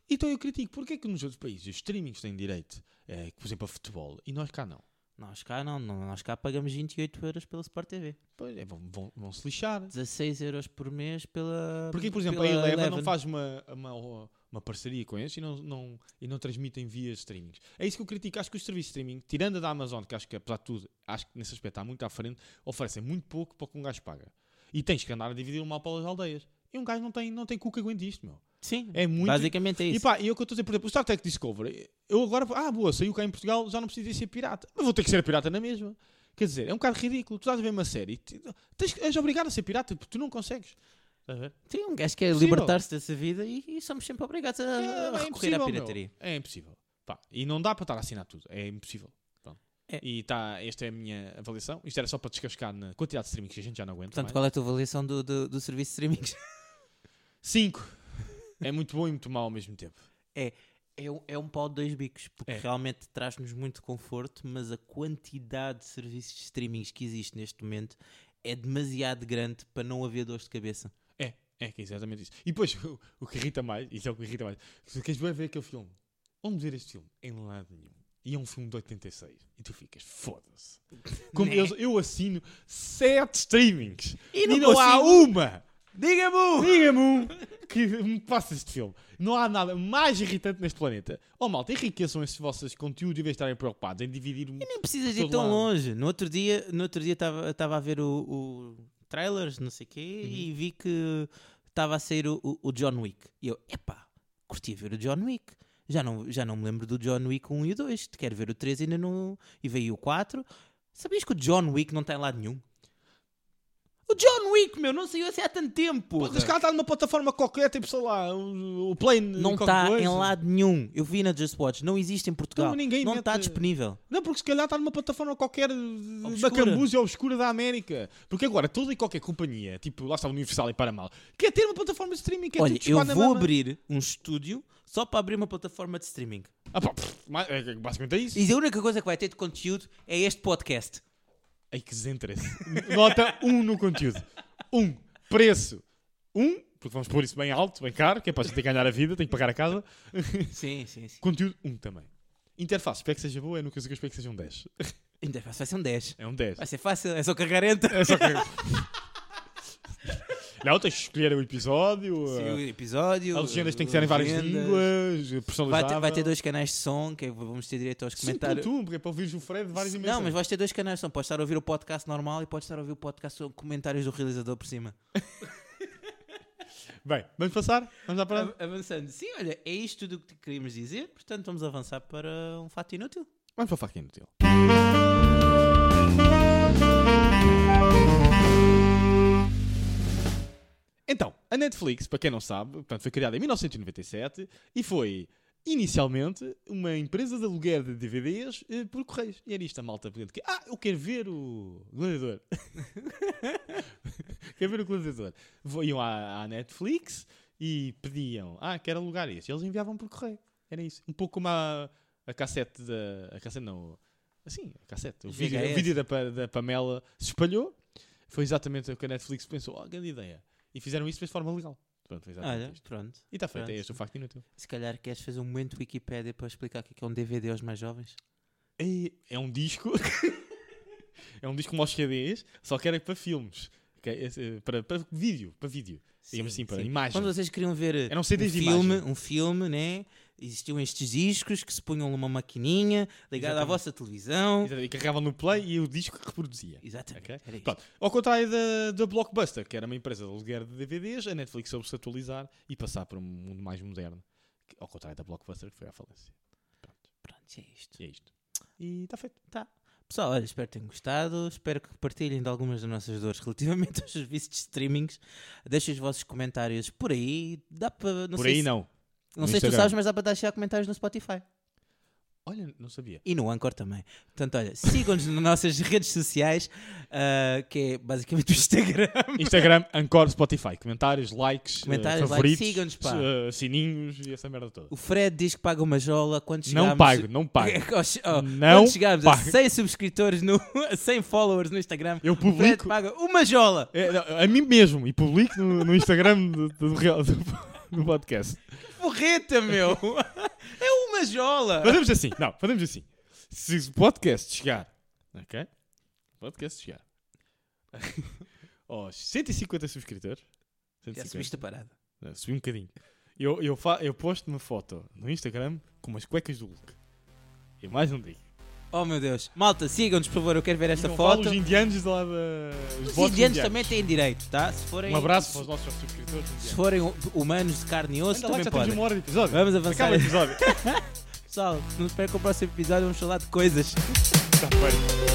[SPEAKER 2] Então eu critico, porque é que nos outros países os streamings têm direito, eh, por exemplo, a futebol, e nós cá não?
[SPEAKER 1] Nós cá não, não- Nós cá pagamos 28 euros pela Sport TV.
[SPEAKER 2] Pois, é, vão, vão- vão se lixar.
[SPEAKER 1] 16 euros por mês pela...
[SPEAKER 2] Porque, por exemplo, a
[SPEAKER 1] pela
[SPEAKER 2] Eleven não faz uma, uma, uma parceria com eles e não, não, e não transmitem via streamings. É isso que eu critico. Acho que os serviços de streaming, tirando a da Amazon, que acho que, apesar de tudo, acho que nesse aspecto está muito à frente, oferecem muito pouco para o que um gajo paga. E E tens que andar a dividir o mal pelas aldeias. E um gajo não tem, não tem cu que aguente isto, meu.
[SPEAKER 1] Sim,
[SPEAKER 2] É muito.
[SPEAKER 1] basicamente é
[SPEAKER 2] E
[SPEAKER 1] isso.
[SPEAKER 2] pá, e é o que eu estou a dizer, por exemplo, o Star Trek Discovery, eu agora, ah, boa, saiu cá em Portugal, já não preciso de ser pirata. Mas vou ter que ser pirata na mesma. Quer dizer, é um bocado ridículo. Tu estás a ver uma série, te- tens, que- és obrigado a ser pirata, porque tu não consegues. Estás a ver?
[SPEAKER 1] Sim, um gajo quer
[SPEAKER 2] Impossível.
[SPEAKER 1] libertar-se dessa vida e, e somos sempre obrigados a, a
[SPEAKER 2] É, é
[SPEAKER 1] recorrer à
[SPEAKER 2] impossível,
[SPEAKER 1] pirataria.
[SPEAKER 2] meu. É impossível. Pá, e não dá para estar a assinar tudo. É impossível. Pronto.
[SPEAKER 1] É.
[SPEAKER 2] E tá, esta é a minha avaliação. Isto era só para descascar na quantidade de streaming que a gente já não aguenta.
[SPEAKER 1] Portanto,
[SPEAKER 2] mais.
[SPEAKER 1] qual é a tua avaliação do, do, do serviço de streaming?
[SPEAKER 2] Cinco. é muito bom e muito mau ao mesmo tempo.
[SPEAKER 1] É um, é um pau de dois bicos, porque
[SPEAKER 2] É.
[SPEAKER 1] realmente traz-nos muito conforto, mas a quantidade de serviços de streaming que existe neste momento é demasiado grande para não haver dores de cabeça.
[SPEAKER 2] É, é que é exatamente isso. E depois, (laughs) o, o que irrita mais, isso é o que me irrita mais. Tu queres bem ver aquele filme? Onde ver este filme? Em lado nenhum. E é um filme de 86. E tu ficas, foda-se. Como
[SPEAKER 1] Né?
[SPEAKER 2] eu, eu assino sete streamings.
[SPEAKER 1] E
[SPEAKER 2] E
[SPEAKER 1] não
[SPEAKER 2] não, há uma.
[SPEAKER 1] Diga-me! um!
[SPEAKER 2] Diga-me um que me passa este filme. Não há nada mais irritante neste planeta. Oh malta, enriqueçam esses vossos conteúdos em vez de estarem preocupados em dividir um.
[SPEAKER 1] Nem precisas
[SPEAKER 2] Por
[SPEAKER 1] ir
[SPEAKER 2] todo
[SPEAKER 1] tão
[SPEAKER 2] lado.
[SPEAKER 1] longe. No outro dia no outro dia estava a ver o, o trailers, não sei o quê,
[SPEAKER 2] Uhum.
[SPEAKER 1] e vi que estava a sair o, o- o John Wick. E eu, epá, curti ver o John Wick. Já não, já não me lembro do John Wick 1 e o 2. Quero ver o 3 ainda não. E veio o 4. Sabias que o John Wick não tem lado nenhum? O John Wick, meu, não saiu assim há tanto tempo.
[SPEAKER 2] Pô, Esse cara está numa plataforma qualquer, tipo, sei lá, o, o Plane.
[SPEAKER 1] Não
[SPEAKER 2] qualquer
[SPEAKER 1] está em
[SPEAKER 2] coisa.
[SPEAKER 1] lado nenhum. Eu vi na Just Watch. Não existe em Portugal.
[SPEAKER 2] Então ninguém
[SPEAKER 1] não está
[SPEAKER 2] mete-
[SPEAKER 1] disponível.
[SPEAKER 2] Não, porque se calhar está numa plataforma qualquer
[SPEAKER 1] Obscura.
[SPEAKER 2] da Cambúzia obscura da América. Porque agora toda e qualquer companhia, tipo, lá está o Universal e Paramount, quer ter uma plataforma de streaming que é
[SPEAKER 1] Olha,
[SPEAKER 2] tudo
[SPEAKER 1] eu
[SPEAKER 2] chupado na
[SPEAKER 1] vou
[SPEAKER 2] mama.
[SPEAKER 1] abrir um estúdio só para abrir uma plataforma de streaming.
[SPEAKER 2] Ah, pá, pff, mas- é- é- basicamente é isso.
[SPEAKER 1] E a única coisa que vai ter de conteúdo é este podcast.
[SPEAKER 2] Ai, que desinteresse. Nota 1 um no conteúdo. 1. Um, preço. 1. Um, porque vamos pôr isso bem alto, bem caro, que é para a gente ganhar a vida, tem que pagar a casa.
[SPEAKER 1] (laughs) Sim, sim, sim.
[SPEAKER 2] Conteúdo 1 um também. Interface, espero que seja boa, eu nunca sei que eu espero que seja um 10.
[SPEAKER 1] Ainda vai ser um 10.
[SPEAKER 2] É
[SPEAKER 1] (laughs)
[SPEAKER 2] um 10.
[SPEAKER 1] Vai ser fácil, é só carregar enter.
[SPEAKER 2] É só que... (laughs) Não, tens de escolher o episódio. eh,
[SPEAKER 1] Sim,
[SPEAKER 2] a-
[SPEAKER 1] o episódio.
[SPEAKER 2] As legendas
[SPEAKER 1] o-
[SPEAKER 2] têm que ser em várias
[SPEAKER 1] legendas.
[SPEAKER 2] línguas,
[SPEAKER 1] Vai
[SPEAKER 2] personalizadas.
[SPEAKER 1] ter, vai ter dois canais de som, que é, vamos ter direito aos
[SPEAKER 2] Sim,
[SPEAKER 1] comentários.
[SPEAKER 2] tu, porque é para ouvires o Fred de várias
[SPEAKER 1] Não,
[SPEAKER 2] dimensões.
[SPEAKER 1] mas vais ter dois canais de som. Podes estar a ouvir o podcast normal e podes estar a ouvir o podcast com comentários do realizador por cima.
[SPEAKER 2] Bem, vamos passar? Vamos lá para...
[SPEAKER 1] Av- Avançando. Sim, olha, é isto tudo o que queríamos dizer. Portanto, vamos avançar para um fato inútil.
[SPEAKER 2] Vamos para o Faquinha Inútil. Então, a Netflix, para quem não sabe, portanto, foi criada em 1997 e foi inicialmente uma empresa de aluguer de DVDs eh, por correios. E era isto a malta portanto, que, ah, eu quero ver o Gladiador. (laughs) quero ver o Gladiador. Vou- Iam à, à Netflix e pediam, ah, quero alugar este. E eles enviavam por correio. Era isso. Um pouco como a, a cassete da. A cassete não. Assim, a cassete. O vídeo,
[SPEAKER 1] VHS.
[SPEAKER 2] o vídeo da, Pa- da Pamela se espalhou. Foi exatamente o que a Netflix pensou. Oh, grande ideia. E fizeram isso de forma legal. Pronto, foi exatamente
[SPEAKER 1] Olha,
[SPEAKER 2] isto.
[SPEAKER 1] pronto.
[SPEAKER 2] E está feito. É
[SPEAKER 1] Ah, pronto.
[SPEAKER 2] este o facto inútil.
[SPEAKER 1] Se calhar queres fazer um momento Wikipédia para explicar o que é que é um DVD aos mais jovens?
[SPEAKER 2] É, é um disco. (laughs) é um disco como os CDs, só que era para filmes. ok? Esse, eh, Para, para vídeo. Para vídeo. Digamos assim, para É imagem.
[SPEAKER 1] Quando vocês queriam ver
[SPEAKER 2] Eram
[SPEAKER 1] um
[SPEAKER 2] CDs de
[SPEAKER 1] filme,
[SPEAKER 2] imagem.
[SPEAKER 1] um filme, né? Existiam estes discos que se punham numa maquininha ligada à
[SPEAKER 2] Exatamente.
[SPEAKER 1] vossa televisão.
[SPEAKER 2] E carregavam no play e o disco reproduzia.
[SPEAKER 1] Exatamente.
[SPEAKER 2] Ok?
[SPEAKER 1] Era isto.
[SPEAKER 2] Pronto. Ao contrário da, da Blockbuster, que era uma empresa de aluguer de DVDs, a Netflix soube-se atualizar e passar para um mundo mais moderno. Que, ao contrário da Blockbuster, que foi à falência. Pronto.
[SPEAKER 1] Pronto, é isto.
[SPEAKER 2] E é isto. E está feito.
[SPEAKER 1] Tá. Pessoal, olha, espero que tenham gostado. Espero que partilhem de algumas das nossas dores relativamente (laughs) aos serviços de streamings. Deixem os vossos comentários por aí. Dá para. Não
[SPEAKER 2] Por
[SPEAKER 1] sei
[SPEAKER 2] aí
[SPEAKER 1] se,
[SPEAKER 2] não.
[SPEAKER 1] Não
[SPEAKER 2] No
[SPEAKER 1] sei se tu
[SPEAKER 2] Instagram.
[SPEAKER 1] sabes, mas dá para deixar comentários no Spotify.
[SPEAKER 2] Olha, não sabia.
[SPEAKER 1] E no Anchor também. Portanto, olha, sigam-nos nas nossas redes sociais, ah, que é basicamente o Instagram.
[SPEAKER 2] Instagram, Anchor, Spotify. Comentários, likes,
[SPEAKER 1] Comentários,
[SPEAKER 2] eh, favoritos,
[SPEAKER 1] likes, sigam-nos, pá.
[SPEAKER 2] eh, sininhos e essa merda toda.
[SPEAKER 1] O Fred diz que paga uma jola quando chegarmos... (laughs)
[SPEAKER 2] Não pago, não pago.
[SPEAKER 1] Aos- oh,
[SPEAKER 2] Não
[SPEAKER 1] quando chegarmos a
[SPEAKER 2] pago.
[SPEAKER 1] 100 subscritores, no, (laughs) a 100 followers no Instagram,
[SPEAKER 2] Eu
[SPEAKER 1] o Fred
[SPEAKER 2] publico
[SPEAKER 1] paga uma jola.
[SPEAKER 2] eh, não, a mim mesmo e publico no, no Instagram do, do, real- do- (laughs) do podcast.
[SPEAKER 1] Porreta, meu! (laughs) é uma jola!
[SPEAKER 2] Fazemos assim, não, fazemos assim. Se o podcast chegar, ok? Podcast chegar (laughs) Oh, aos 150 subscritores,
[SPEAKER 1] Já
[SPEAKER 2] 150,
[SPEAKER 1] subiste É a parada.
[SPEAKER 2] não, subi um bocadinho. Eu, eu, fa, eu posto uma foto no Instagram com umas cuecas do Hulk. Eu mais não digo.
[SPEAKER 1] Oh meu Deus. Malta, sigam-nos, por favor, eu quero ver esta
[SPEAKER 2] Não falo
[SPEAKER 1] foto.
[SPEAKER 2] os indianos lá da.
[SPEAKER 1] Os
[SPEAKER 2] votos
[SPEAKER 1] indianos também têm direito, tá? Se forem,
[SPEAKER 2] Um abraço para os nossos subscritores. indianos.
[SPEAKER 1] se forem humanos de carne e osso,
[SPEAKER 2] Anda lá que
[SPEAKER 1] também
[SPEAKER 2] já temos
[SPEAKER 1] podem.
[SPEAKER 2] uma hora de episódio.
[SPEAKER 1] Vamos avançar.
[SPEAKER 2] Acaba o episódio. (laughs)
[SPEAKER 1] Pessoal,
[SPEAKER 2] Tá
[SPEAKER 1] não se percam o próximo episódio, vamos falar de coisas.
[SPEAKER 2] Está feito.